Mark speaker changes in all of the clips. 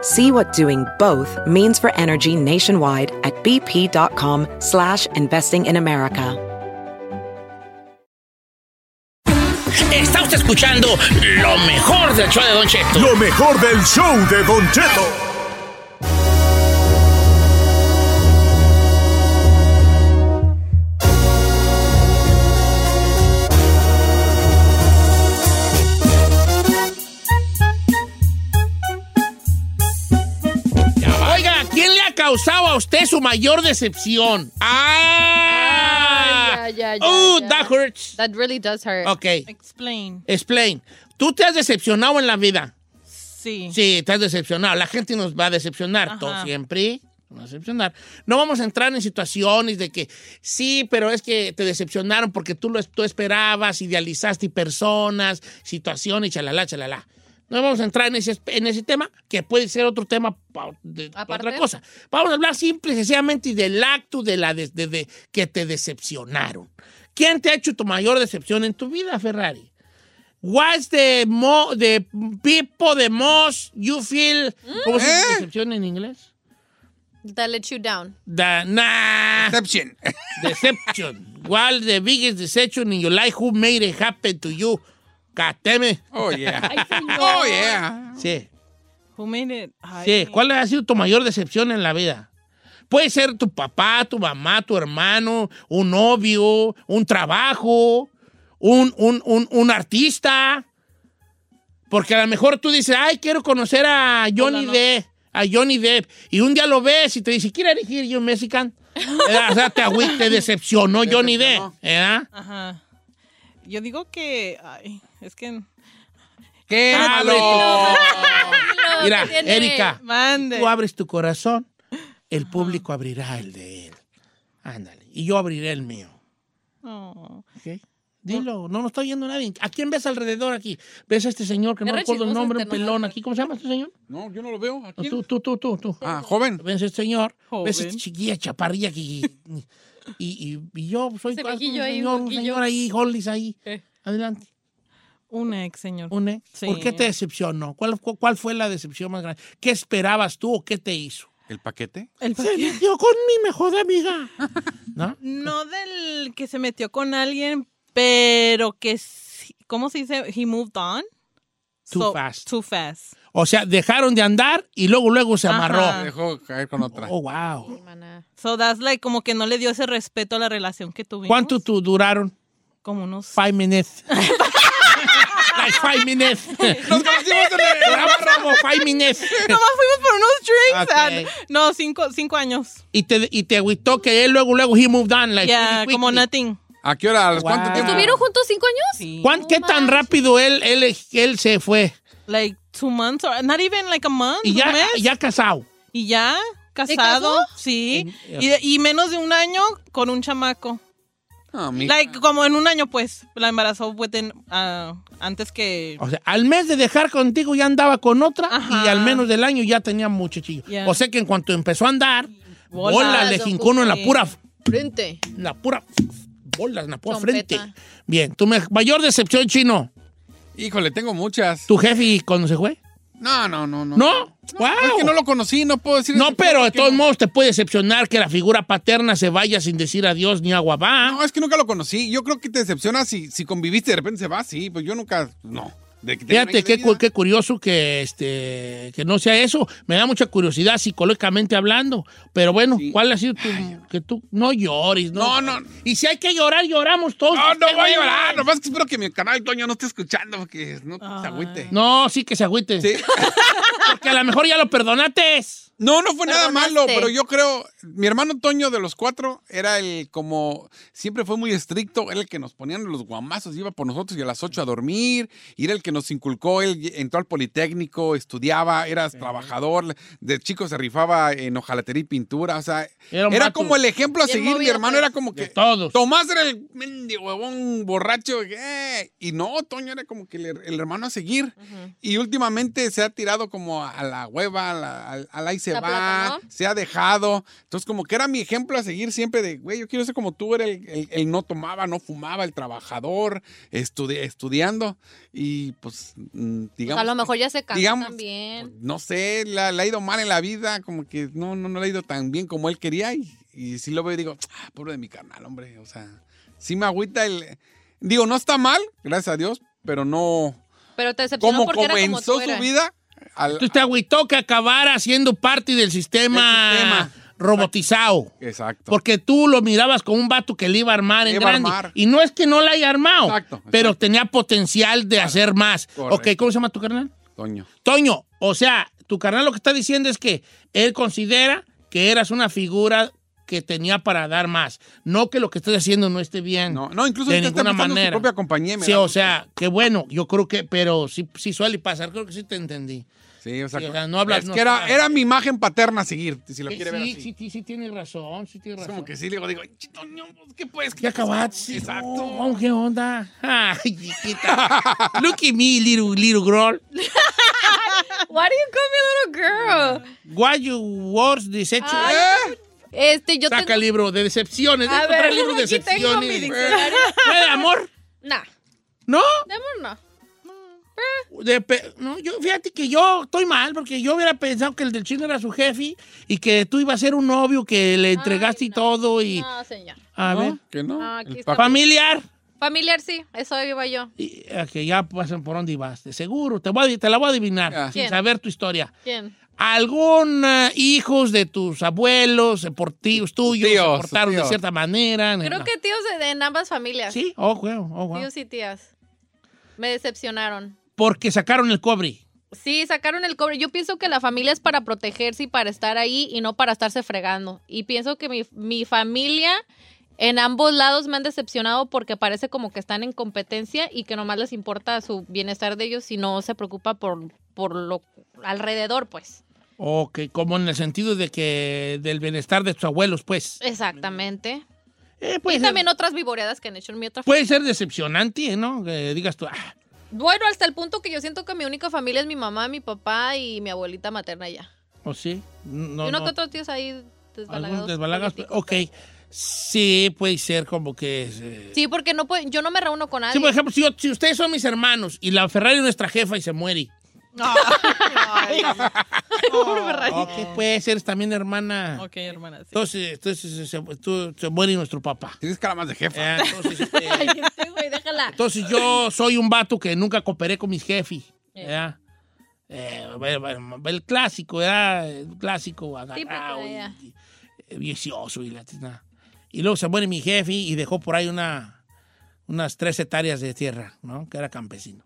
Speaker 1: See what doing both means for energy nationwide at bp.com slash investing in America.
Speaker 2: Está usted escuchando lo mejor del show de Don Cheto.
Speaker 3: Lo mejor del show de Don Cheto.
Speaker 2: Oiga, ¿quién le ha causado a usted su mayor decepción? ¡Ah!
Speaker 4: Ay, ya, ya, ya,
Speaker 2: ¡Uh,
Speaker 4: ya.
Speaker 2: that hurts!
Speaker 4: That really does hurt.
Speaker 2: Ok,
Speaker 5: Explain.
Speaker 2: explain. ¿Tú te has decepcionado en la vida?
Speaker 5: Sí.
Speaker 2: Sí, te has decepcionado. La gente nos va a decepcionar. Todo siempre nos va a decepcionar. No vamos a entrar en situaciones de que sí, pero es que te decepcionaron porque tú lo tú esperabas, idealizaste personas, situaciones, chalala, chalala. No vamos a entrar en ese, en ese tema, que puede ser otro tema pa- de pa
Speaker 4: Aparte.
Speaker 2: otra cosa. Vamos a hablar simple y sencillamente del acto de la des- de- de- que te decepcionaron. ¿Quién te ha hecho tu mayor decepción en tu vida, Ferrari? What's the mo the people the most you feel ¿Cómo se
Speaker 6: ¿Eh?
Speaker 2: dice decepción en inglés?
Speaker 4: That let you down.
Speaker 2: The nah
Speaker 6: Deception.
Speaker 2: deception. What's the biggest deception in your life? Who made it happen to you? God damn it.
Speaker 6: Oh, yeah.
Speaker 5: Oh,
Speaker 6: Oh, yeah.
Speaker 2: Sí.
Speaker 5: Who made it? Ay.
Speaker 2: Sí, ¿cuál ha sido tu mayor decepción en la vida? Puede ser tu papá, tu mamá, tu hermano, un novio, un trabajo, un, un- un- un artista. Porque a lo mejor tú dices, ay, quiero conocer a Johnny
Speaker 5: no.
Speaker 2: Depp, a Johnny Depp. Y un día lo ves y te dice, ¿quiere elegir yo Mexican? Eh, o sea, te, agüi- te decepcionó Johnny Depp. ¿eh?
Speaker 5: Ajá. Yo digo que. Ay, es que.
Speaker 6: ¡Qué
Speaker 2: Ah,
Speaker 6: malo!
Speaker 2: Mira,
Speaker 4: ¿qué tiene?
Speaker 2: Erika,
Speaker 5: Mande.
Speaker 2: tú abres tu corazón, el público abrirá el de él. Ándale. Y yo abriré el mío.
Speaker 5: Oh.
Speaker 2: ¿ok? Dilo, no, no está oyendo nadie. ¿A quién ves alrededor aquí? ¿Ves a este señor que no
Speaker 4: Era
Speaker 2: recuerdo el
Speaker 4: chismoso
Speaker 2: nombre, un
Speaker 4: este
Speaker 2: pelón
Speaker 4: nomás.
Speaker 2: aquí? ¿Cómo se llama este señor?
Speaker 6: No, yo no lo veo. ¿A quién?
Speaker 2: Tú, tú, tú, tú, tú.
Speaker 6: Ah, joven.
Speaker 2: ¿Ves a este señor? ¿Ves a esta
Speaker 5: Joven.
Speaker 2: chiquilla chaparrilla aquí? Y, y- y yo soy
Speaker 4: Ese
Speaker 2: un
Speaker 4: viejillo ahí, un
Speaker 2: señor, un
Speaker 4: poquillo.
Speaker 2: señor ahí, Hollis ahí.
Speaker 4: Eh.
Speaker 2: Adelante.
Speaker 5: Un ex, señor.
Speaker 2: Une.
Speaker 5: Sí.
Speaker 2: ¿Por qué te decepcionó? ¿Cuál, cu- ¿Cuál fue la decepción más grande? ¿Qué esperabas tú o qué te hizo?
Speaker 6: ¿El paquete?
Speaker 5: El
Speaker 2: Se metió con mi mejor amiga. ¿No?
Speaker 5: No del que se metió con alguien, pero que. sí- ¿Cómo se dice? He moved on.
Speaker 2: Too fast.
Speaker 5: Too fast.
Speaker 2: O sea, dejaron de andar y luego, luego se
Speaker 5: Ajá.
Speaker 2: amarró.
Speaker 5: Ah.
Speaker 6: Dejó caer con otra.
Speaker 2: Oh, wow.
Speaker 5: So that's like como que no le dio ese respeto a la relación que tuvimos.
Speaker 2: ¿Cuánto tú duraron?
Speaker 5: Como unos.
Speaker 2: Five minutes. like five minutes.
Speaker 6: ¡Nos conocimos en el...
Speaker 2: Duramos como five minutes.
Speaker 5: Nomás fuimos por unos drinks.
Speaker 2: Ok.
Speaker 5: and- No, cinco, cinco años.
Speaker 2: Y te, y te agüitó que él luego, luego he moved on.
Speaker 5: Ya,
Speaker 2: Like, really
Speaker 5: como
Speaker 2: quickly.
Speaker 5: nothing.
Speaker 6: ¿A qué hora? ¿A las
Speaker 2: Wow.
Speaker 6: cuánto tiempo?
Speaker 4: ¿Estuvieron juntos cinco años?
Speaker 5: Sí.
Speaker 2: ¿Cuán- ¿Qué tan rápido él, él, él se fue?
Speaker 5: Like two months or not even like a month.
Speaker 2: Y ya,
Speaker 5: un mes.
Speaker 2: ya casado.
Speaker 5: Y ya, casado. Sí.
Speaker 2: En-
Speaker 5: Y, y menos de un año con un chamaco.
Speaker 6: Ah, mi-
Speaker 5: Like como en un año pues la embarazó within, ah, antes que
Speaker 2: O sea, al mes de dejar contigo ya andaba con otra
Speaker 5: Ajá.
Speaker 2: y al menos del año ya tenía muchachillo.
Speaker 5: Ya.
Speaker 2: O sea que en cuanto empezó a andar, bola,
Speaker 5: Bolas,
Speaker 2: le
Speaker 4: don
Speaker 2: jincó uno en la
Speaker 5: José.
Speaker 2: pura,
Speaker 4: Frente.
Speaker 2: en la pura bola, en la pura
Speaker 4: Trompeta.
Speaker 2: frente. Bien, tu me- mayor decepción chino,
Speaker 6: Híjole, tengo muchas.
Speaker 2: tu jefe cuando se fue.
Speaker 6: No, no, no, no.
Speaker 2: ¿No? ¡Wow!
Speaker 6: Es que no lo conocí, no puedo decir...
Speaker 2: No, pero de
Speaker 6: porque
Speaker 2: todos
Speaker 6: no-
Speaker 2: modos te puede decepcionar que la figura paterna se vaya sin decir adiós ni agua va.
Speaker 6: No, es que nunca lo conocí. Yo creo que te decepciona si, si conviviste y de repente se va, sí. Pues yo nunca... No. De que tengan
Speaker 2: Fíjate
Speaker 6: años de
Speaker 2: qué,
Speaker 6: vida.
Speaker 2: cu- qué curioso que, este, que no sea eso. Me da mucha curiosidad psicológicamente hablando. Pero bueno,
Speaker 6: Sí.
Speaker 2: ¿cuál ha sido tu... que tú no llores, ¿no?
Speaker 6: No, no.
Speaker 2: Y si hay que llorar, lloramos todos.
Speaker 6: No, no
Speaker 2: Este
Speaker 6: voy a
Speaker 2: güey,
Speaker 6: llorar. Nomás que espero que mi canal Toño no esté escuchando porque no
Speaker 2: Ah.
Speaker 6: se agüite.
Speaker 2: No, sí que se agüite.
Speaker 6: Sí.
Speaker 2: Porque a lo mejor ya lo perdonaste.
Speaker 6: No, no fue nada
Speaker 4: Perdonaste.
Speaker 6: malo, pero yo creo, mi hermano Toño de los cuatro era el como, siempre fue muy estricto, era el que nos ponían los guamazos, iba por nosotros y a las ocho a dormir, y era el que nos inculcó, él entró al Politécnico, estudiaba, era trabajador, de chico se rifaba en hojalatería y pintura, o sea,
Speaker 2: Era
Speaker 6: era,
Speaker 2: un vato.
Speaker 6: como el ejemplo a
Speaker 4: Bien
Speaker 6: seguir, mi
Speaker 4: movido,
Speaker 6: hermano
Speaker 4: pues.
Speaker 6: era como
Speaker 2: De
Speaker 6: que...
Speaker 2: todos.
Speaker 6: Tomás era el mendigo huevón borracho. eh, Y no, Toño era como que el, her- el hermano a seguir. Y últimamente se ha tirado como a la hueva, a la, al- al ahí se
Speaker 4: La
Speaker 6: va,
Speaker 4: plata, ¿no?
Speaker 6: se ha dejado. Entonces, como que era mi ejemplo a seguir siempre de, güey, yo quiero ser como tú, era el, el- el no tomaba, no fumaba, el trabajador, estudi- estudiando. Y pues, mm,
Speaker 4: Pues
Speaker 6: digamos.
Speaker 4: a lo mejor ya se cansó
Speaker 6: digamos,
Speaker 4: también.
Speaker 6: No sé, le ha- le ha ido mal en la vida, como que no, no, no le ha ido tan bien como él quería. Y, y sí lo veo y digo, "Ah, pobre de mi carnal, hombre. O sea, sí me agüita el. Digo, no está mal, gracias a Dios, pero no.
Speaker 2: pues,
Speaker 4: Pero te decepcionó
Speaker 6: Como
Speaker 4: porque era como
Speaker 6: comenzó
Speaker 4: tú
Speaker 6: su
Speaker 4: eras.
Speaker 6: vida. al-
Speaker 2: Entonces te agüitó que acabara siendo parte del sistema,
Speaker 6: Del sistema.
Speaker 2: robotizado.
Speaker 6: Exacto.
Speaker 2: Porque tú lo mirabas como un vato que le iba a armar en
Speaker 6: Le iba a
Speaker 2: grande.
Speaker 6: armar.
Speaker 2: Y no es que no la haya armado,
Speaker 6: Exacto,
Speaker 2: pero
Speaker 6: exacto.
Speaker 2: tenía potencial de hacer más.
Speaker 6: Correcto.
Speaker 2: Ok, ¿cómo se llama tu carnal?
Speaker 6: Toño.
Speaker 2: Toño, o sea, tu carnal lo que está diciendo es que él considera que eras una figura que tenía para dar más. No que lo que estás haciendo no esté bien.
Speaker 6: No, no, incluso
Speaker 2: de
Speaker 6: ahorita está
Speaker 2: ninguna
Speaker 6: empezando
Speaker 2: manera.
Speaker 6: su propia compañía. me
Speaker 2: Sí,
Speaker 6: da
Speaker 2: o
Speaker 6: gusto.
Speaker 2: sea, que bueno, yo creo que, pero sí, sí suele pasar, creo que sí te entendí.
Speaker 6: Sí, o sea,
Speaker 2: sí, o sea, no hablas,
Speaker 6: es
Speaker 2: no
Speaker 6: que era,
Speaker 2: hablas.
Speaker 6: era mi imagen paterna a seguir, si lo
Speaker 2: Sí,
Speaker 6: quiere ver
Speaker 2: Eh, sí,
Speaker 6: así.
Speaker 2: sí, sí, sí, tienes razón, sí tienes
Speaker 6: Es
Speaker 2: razón.
Speaker 6: como que sí, le digo, digo, "Ay, Toño, ¿qué puedes?
Speaker 2: Ya acabaste.
Speaker 6: Exacto.
Speaker 2: Oh, ¿Qué onda? Ay, chiquita. Look at me, little, little girl.
Speaker 4: Why do you call me little girl?
Speaker 2: Why you worse deception?
Speaker 4: Ay,
Speaker 6: ¿Eh?
Speaker 4: Este, yo
Speaker 2: Saca el
Speaker 4: tengo...
Speaker 2: libro de decepciones.
Speaker 4: A
Speaker 2: Debe encontrar
Speaker 4: ver,
Speaker 2: el libro de
Speaker 4: aquí tengo mi
Speaker 2: decepciones.
Speaker 4: diccionario.
Speaker 2: ¿Fue de amor?
Speaker 4: Nah,
Speaker 2: ¿No?
Speaker 4: de amor no.
Speaker 2: De pe- no, yo, fíjate que yo estoy mal porque yo hubiera pensado que el del chino era su jefe y que tú ibas a ser un novio que le entregaste y
Speaker 4: no.
Speaker 2: todo y...
Speaker 4: No, señor.
Speaker 2: A
Speaker 6: ¿No?
Speaker 2: ver.
Speaker 6: Que no.
Speaker 4: Ah,
Speaker 6: El
Speaker 4: aquí
Speaker 6: pa-
Speaker 4: está.
Speaker 2: Familiar.
Speaker 4: Familiar sí, eso iba yo.
Speaker 2: Y, eh, que ya pasan por dónde ibas. de Seguro, te, voy a di- te la voy a adivinar
Speaker 6: Ya.
Speaker 2: sin
Speaker 4: ¿Quién?
Speaker 2: saber tu historia.
Speaker 4: ¿Quién?
Speaker 2: algún eh, hijos de tus abuelos, eh, por tíos tuyos,
Speaker 6: Tíos,
Speaker 2: se portaron de
Speaker 6: tíos.
Speaker 2: cierta manera.
Speaker 4: Creo
Speaker 2: No.
Speaker 4: que tíos de, de en ambas familias.
Speaker 2: Sí, oh, wow, oh, wow.
Speaker 4: Tíos y tías. Me decepcionaron.
Speaker 2: Porque sacaron el cobre.
Speaker 4: Sí, sacaron el cobre. Yo pienso que la familia es para protegerse y para estar ahí y no para estarse fregando. Y pienso que mi, mi familia en ambos lados me han decepcionado porque parece como que están en competencia y que nomás les importa su bienestar de ellos y no se preocupa por, por lo alrededor, pues.
Speaker 2: O que como en el sentido de que del bienestar de tus abuelos, pues.
Speaker 4: Exactamente.
Speaker 2: Eh, puede,
Speaker 4: Y
Speaker 2: ser,
Speaker 4: también otras viboreadas que han hecho en mi otra familia.
Speaker 2: puede ser decepcionante, ¿no? Que digas tú, ah,
Speaker 4: Bueno, hasta el punto que yo siento que mi única familia es mi mamá, mi papá y mi abuelita materna ya.
Speaker 2: o sí. No,
Speaker 4: y uno
Speaker 2: no.
Speaker 4: que otro tío es ahí
Speaker 2: Algún
Speaker 4: desbalagados.
Speaker 2: desbalagados,
Speaker 4: políticos,
Speaker 2: Ok. Sí, puede ser como que... eh,
Speaker 4: Sí, porque no puede, yo no me reúno con nadie.
Speaker 2: Sí, por ejemplo, si, yo- si ustedes son mis hermanos y la Ferrari es nuestra jefa y se muere.
Speaker 4: Ah.
Speaker 5: Pobre
Speaker 2: Ok, puede ser también hermana.
Speaker 5: Ok, hermana, sí.
Speaker 2: Entonces, entonces se, se- tú- se muere nuestro papá.
Speaker 6: Tienes cara más de jefa.
Speaker 2: Eh, Entonces, este,
Speaker 4: Este güey, déjala.
Speaker 2: entonces yo soy un vato que nunca cooperé con mis jefes. ¿verdad? Eh, bueno, bueno, el clásico, era el clásico
Speaker 5: pues,
Speaker 2: agarrado y,
Speaker 4: ya.
Speaker 2: y- eh, vicioso y la tina. Y luego se muere mi jefe y dejó por ahí una, unas tres hectáreas de tierra, ¿no? Que era campesino.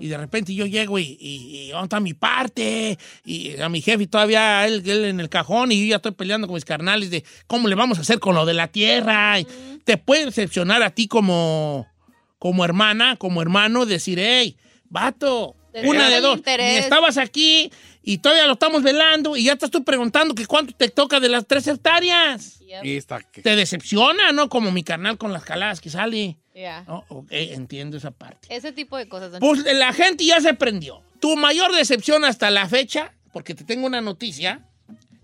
Speaker 2: Y de repente yo llego y, y, y ¿dónde está mi parte? Y a mi jefe todavía él, él en el cajón y yo ya estoy peleando con mis carnales de cómo le vamos a hacer con lo de la tierra. Y Te puede decepcionar a ti como, como hermana, como hermano, decir, hey, vato,
Speaker 4: Te
Speaker 2: una
Speaker 4: falta
Speaker 2: de
Speaker 4: el
Speaker 2: dos.
Speaker 4: interés.
Speaker 2: Ni estabas aquí y todavía lo estamos velando y ya te estoy preguntando que cuánto te toca de las tres hectáreas.
Speaker 4: Ya,
Speaker 6: Y está que-
Speaker 2: Te decepciona, ¿no? Como mi carnal con las caladas que sale.
Speaker 4: ya.
Speaker 2: No, ok, entiendo esa parte.
Speaker 4: Ese tipo de cosas. don
Speaker 2: Pues la gente ya se prendió. Tu mayor decepción hasta la fecha, porque te tengo una noticia,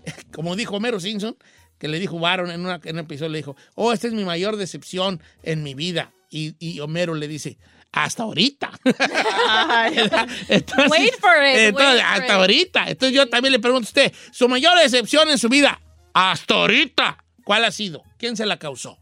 Speaker 2: como dijo Homero Simpson, que le dijo Baron en, una- en un episodio, le dijo, oh, esta es mi mayor decepción en mi vida. Y, y Homero le dice, hasta ahorita. Entonces,
Speaker 4: Wait for it,
Speaker 2: entonces,
Speaker 4: wait for
Speaker 2: hasta
Speaker 4: it.
Speaker 2: ahorita. Entonces yo también le pregunto a usted, su mayor decepción en su vida, hasta ahorita, ¿cuál ha sido? ¿Quién se la causó?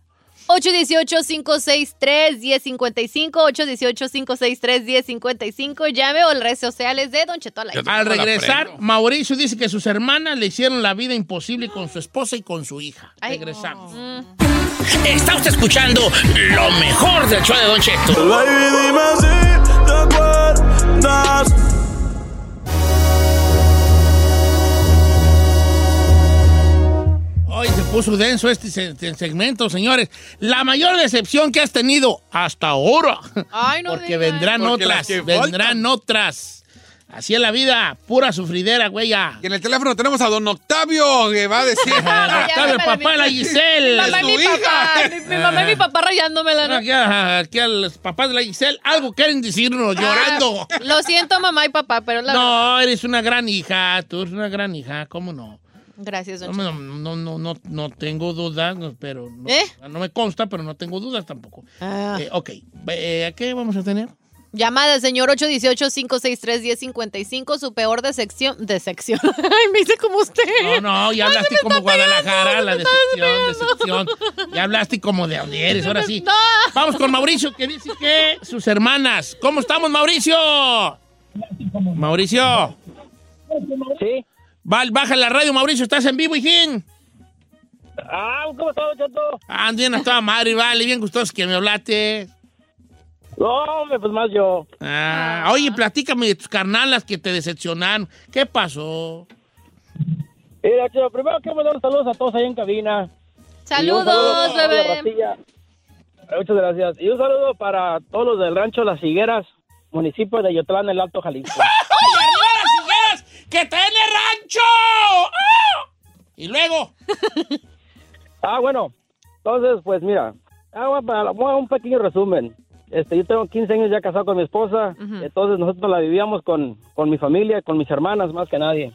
Speaker 4: 818-563-1055, 818-563-1055, llame o las redes sociales de Don Cheto al aire.
Speaker 6: Yo
Speaker 2: Al
Speaker 6: no la
Speaker 2: regresar,
Speaker 6: prendo.
Speaker 2: Mauricio dice que sus hermanas le hicieron la vida imposible con su esposa y con su hija.
Speaker 4: Ay.
Speaker 2: Regresamos. Está usted escuchando lo mejor del show de Don Cheto. Hoy se puso denso este se- este segmento, señores. La mayor decepción que has tenido hasta ahora.
Speaker 4: Ay, no
Speaker 2: Porque
Speaker 4: digas.
Speaker 2: vendrán
Speaker 6: Porque
Speaker 2: otras,
Speaker 6: las que
Speaker 2: vendrán
Speaker 6: faltan.
Speaker 2: otras. Así es la vida, pura sufridera, güey. ya.
Speaker 6: Y en el teléfono tenemos a don Octavio, que va a decir...
Speaker 4: ya,
Speaker 2: Ah, Octavio,
Speaker 4: ya,
Speaker 2: papá de la
Speaker 4: ya. Mi
Speaker 2: Giselle. Ah.
Speaker 4: mamá y mi
Speaker 6: tu hija.
Speaker 4: papá, mi, mi mamá y mi papá rayándomela. ¿no?
Speaker 2: Aquí, a- aquí a los papás de la Giselle algo quieren decirnos llorando.
Speaker 4: Ah, lo siento, mamá y papá, pero la
Speaker 2: No, eres una gran hija, tú eres una gran hija, ¿cómo no?
Speaker 4: Gracias,
Speaker 2: No,
Speaker 4: Don Cheto.
Speaker 2: no, no, no, no, no tengo dudas, no, pero no,
Speaker 4: ¿Eh?
Speaker 2: no me consta, pero no tengo dudas tampoco.
Speaker 4: Ah.
Speaker 2: Eh, ok, eh, ¿a qué vamos a tener?
Speaker 4: Llamada al señor 818-563-1055, su peor decepción. Decepción. Ay, me dice como usted.
Speaker 2: No, no, ya
Speaker 4: Ay, se
Speaker 2: hablaste
Speaker 4: me está
Speaker 2: como Guadalajara,
Speaker 4: pegando,
Speaker 2: la
Speaker 4: se me
Speaker 2: decepción,
Speaker 4: está
Speaker 2: decepción. Ya hablaste como de donde eres, ahora sí.
Speaker 4: No.
Speaker 2: Vamos con Mauricio, que dice que sus hermanas. ¿Cómo estamos, Mauricio? Mauricio.
Speaker 7: Sí.
Speaker 2: Va- baja la radio, Mauricio, estás en vivo, hijín.
Speaker 7: Ah, ¿cómo está, Don Cheto?
Speaker 2: Anden a toda madre, vale, bien gustoso que me hablaste.
Speaker 7: No, hombre, pues más yo.
Speaker 2: Ah, oye, platícame de tus carnalas que te decepcionaron. ¿Qué pasó?
Speaker 7: Mira, Cheto, primero quiero mandar saludos a todos ahí en cabina. Y un saludo
Speaker 4: Saludos,
Speaker 7: para Mario
Speaker 4: bebé.
Speaker 7: Rastilla. Muchas gracias. Y un saludo para todos los del rancho Las Higueras, municipio de Yotlán, el Alto Jalisco.
Speaker 2: ¡Ay, arriba las higueras! ¡Que te den el rancho! ¡Ah! Y luego,
Speaker 7: Ah, bueno. Entonces, pues mira, ah, bueno, para- voy a un pequeño resumen. Este, yo tengo 15 años ya casado con mi esposa, entonces nosotros la vivíamos con, con mi familia, con mis hermanas, más que nadie.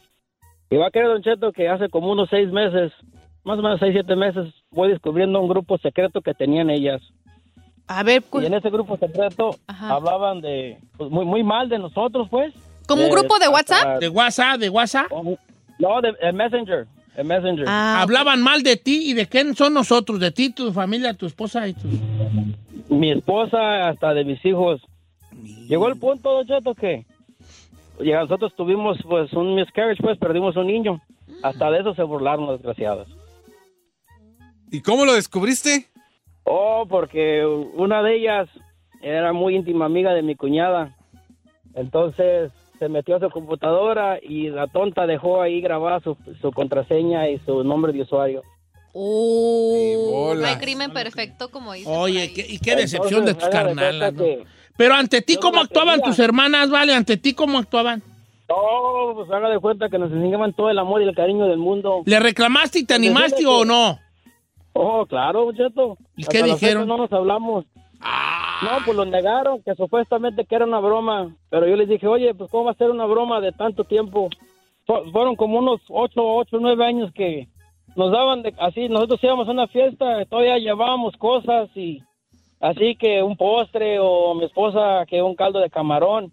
Speaker 7: Y va a creer, Don Cheto, que hace como unos seis meses, más o menos seis, siete meses, voy descubriendo un grupo secreto que tenían ellas.
Speaker 4: A ver, cu-
Speaker 7: Y en ese grupo secreto
Speaker 4: Ajá.
Speaker 7: hablaban de, pues, muy, muy mal de nosotros, pues.
Speaker 4: ¿como un
Speaker 7: De-
Speaker 4: grupo de WhatsApp?
Speaker 7: hasta-
Speaker 2: de WhatsApp, de WhatsApp,
Speaker 7: No, de, de Messenger, de Messenger.
Speaker 2: hablaban mal de ti y de quién son nosotros, de ti, tu familia, tu esposa y tus...
Speaker 7: mi esposa hasta de mis hijos. Llegó el punto, Don Cheto, que ya nosotros tuvimos pues un miscarriage, pues perdimos un niño. Hasta de eso se burlaron las desgraciadas.
Speaker 6: ¿Y cómo lo descubriste?
Speaker 7: Oh, porque una de ellas era muy íntima amiga de mi cuñada. Entonces se metió a su computadora y la tonta dejó ahí grabada su, su contraseña y su nombre de usuario.
Speaker 6: Y
Speaker 4: Oh,
Speaker 6: bolas.
Speaker 4: no hay crimen perfecto, como dice.
Speaker 2: Oye, ¿qué- y qué decepción de tus
Speaker 7: Entonces, haga de
Speaker 2: carnalas,
Speaker 7: cuenta
Speaker 2: ¿no?
Speaker 7: que-
Speaker 2: Pero ante ti,
Speaker 7: Yo
Speaker 2: ¿cómo
Speaker 7: no la
Speaker 2: actuaban
Speaker 7: quería.
Speaker 2: tus hermanas, vale? Ante ti, ¿cómo actuaban?
Speaker 7: No, pues haga de cuenta que nos enseñaban todo el amor y el cariño del mundo.
Speaker 2: ¿Le reclamaste y
Speaker 7: Pues
Speaker 2: te animaste
Speaker 7: fíjate.
Speaker 2: o no?
Speaker 7: Oh, claro, muchacho.
Speaker 2: ¿Y
Speaker 7: Hasta
Speaker 2: qué
Speaker 7: nosotros
Speaker 2: dijeron? Ah.
Speaker 7: No nos hablamos. No, pues lo negaron, que supuestamente que era una broma. Pero yo les dije, oye, pues ¿cómo va a ser una broma de tanto tiempo? Fu- fueron como unos ocho, ocho, nueve años que nos daban de- así. Nosotros íbamos a una fiesta, todavía llevábamos cosas y así que un postre o mi esposa que un caldo de camarón.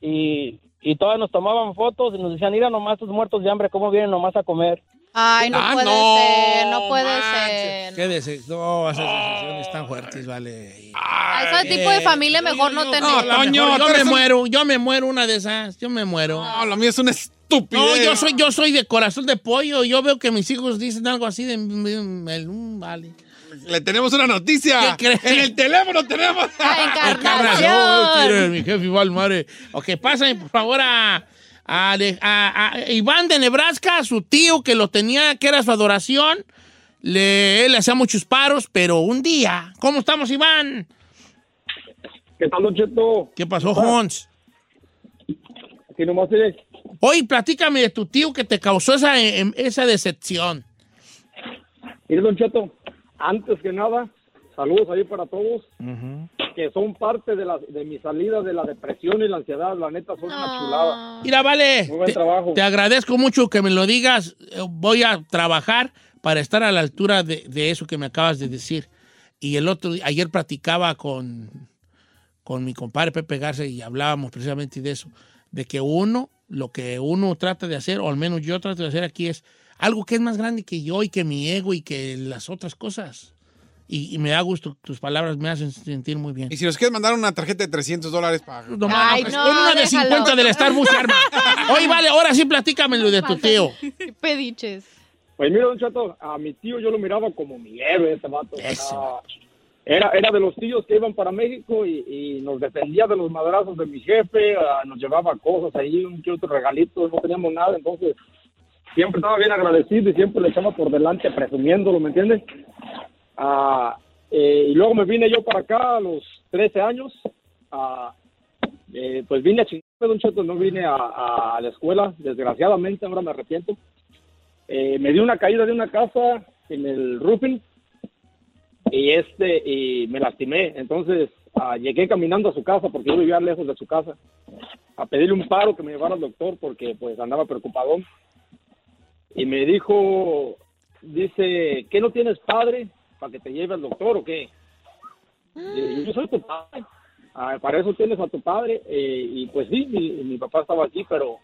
Speaker 7: Y, y todas nos tomaban fotos y nos decían, mira nomás estos muertos de hambre, ¿cómo vienen nomás a comer?
Speaker 4: Ay, no
Speaker 6: Ah,
Speaker 4: puede
Speaker 6: no,
Speaker 1: Oh,
Speaker 4: ser, no puede
Speaker 6: manches.
Speaker 4: ser.
Speaker 2: Qué decepción, no, esas decepciones tan fuertes, vale.
Speaker 4: A ese tipo de familia mejor eh, no tener.
Speaker 6: no,
Speaker 2: La
Speaker 6: Toño,
Speaker 2: mejor,
Speaker 6: tú
Speaker 2: yo me
Speaker 6: eres un-
Speaker 2: muero, yo me muero una de esas, yo me muero.
Speaker 6: No, lo mío es una estúpida.
Speaker 2: No, yo soy, yo soy de corazón de pollo. Yo veo que mis hijos dicen algo así de el- mm, vale.
Speaker 6: Le tenemos una noticia.
Speaker 2: ¿Qué crees?
Speaker 6: En el teléfono tenemos.
Speaker 4: La
Speaker 2: Ay, cabrón,
Speaker 4: encarnación.
Speaker 2: tira, mi jefe igual, madre. Ok, pasen por favor a, a Ale- a- a Iván de Nebraska, su tío que lo tenía, que era su adoración. Le, él le hacía muchos paros, pero un día. ¿Cómo estamos, Iván?
Speaker 7: ¿Qué tal, Don Cheto?
Speaker 2: ¿Qué pasó, Hons?
Speaker 7: Si nomás eres
Speaker 2: Oye, platícame de tu tío que te causó esa, em, esa decepción.
Speaker 7: Mire, Don Cheto, antes que nada, saludos ahí para todos, que son parte de, la, de mi salida de la depresión y la ansiedad, la neta, son
Speaker 4: Ah.
Speaker 7: una chulada.
Speaker 2: Mira, vale.
Speaker 7: Muy buen
Speaker 2: te-
Speaker 7: trabajo.
Speaker 2: Te agradezco mucho que me lo digas. Eh, Voy a trabajar para estar a la altura de, de eso que me acabas de decir. Y el otro, día- ayer platicaba con, con mi compadre Pepe Garza y hablábamos precisamente de eso, de que uno, lo que uno trata de hacer, o al menos yo trato de hacer aquí, es algo que es más grande que yo y que mi ego y que las otras cosas. Y, y me da gusto, tus palabras me hacen sentir muy bien.
Speaker 6: Y si nos quieres mandar una tarjeta de 300 dólares para...
Speaker 2: No, ma,
Speaker 4: Ay,
Speaker 2: pues,
Speaker 4: no,
Speaker 2: pon una de
Speaker 4: déjalo.
Speaker 2: 50 del Starbucks, arma. Oye, vale, ahora sí platícame lo de tu tío.
Speaker 4: ¿Qué pediches?
Speaker 8: Pues mira, Don Chato, a mi tío yo lo miraba como mi héroe, ese vato.
Speaker 2: Ese
Speaker 8: Ah, Era, era de los tíos que iban para México y, y nos defendía de los madrazos de mi jefe, ah, nos llevaba cosas ahí, un que otro regalito, no teníamos nada, entonces siempre estaba bien agradecido y siempre le echaba por delante presumiéndolo, ¿me entiendes? Ah, eh, y luego me vine yo para acá a los 13 años, ah, eh, pues vine a chingarme, Don Chato, no vine a- a- a la escuela, desgraciadamente ahora me arrepiento. Eh, me dio una caída de una casa en el roofing y este y me lastimé entonces ah, llegué caminando a su casa porque yo vivía lejos de su casa a pedirle un paro que me llevara al doctor porque pues andaba preocupado y me dijo dice ¿qué no tienes padre para que te lleve al doctor o qué Y yo soy tu padre Ah, para eso tienes a tu padre Eh, y pues sí mi, mi papá estaba aquí pero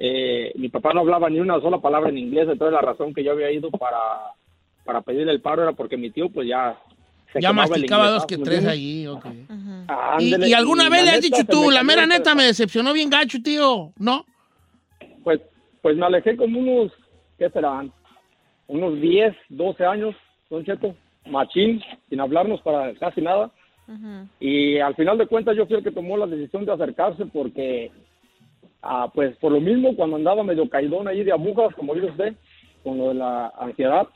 Speaker 8: eh, mi papá no hablaba ni una sola palabra en inglés, entonces la razón que yo había ido para, para pedirle el paro era porque mi tío pues ya... se
Speaker 2: Ya
Speaker 8: quemaba el
Speaker 2: masticaba
Speaker 8: inglés,
Speaker 2: dos que
Speaker 8: ¿me
Speaker 2: tres
Speaker 8: entiendes?
Speaker 2: allí, ok.
Speaker 8: Ándele,
Speaker 2: ¿Y, y alguna
Speaker 8: y la
Speaker 2: vez le has
Speaker 8: neta,
Speaker 2: dicho
Speaker 8: se
Speaker 2: tú,
Speaker 8: me
Speaker 2: la mera
Speaker 8: cayó el
Speaker 2: neta me decepcionó bien gacho, tío? ¿No?
Speaker 8: Pues, pues me alejé como unos, ¿qué serán? Unos 10, 12 años, don Cheto, machín, sin hablarnos para casi nada. Y al final de cuentas yo fui el que tomó la decisión de acercarse porque, ah, pues por lo mismo, cuando andaba medio caidón ahí de agujas, como dice usted, con lo de la ansiedad,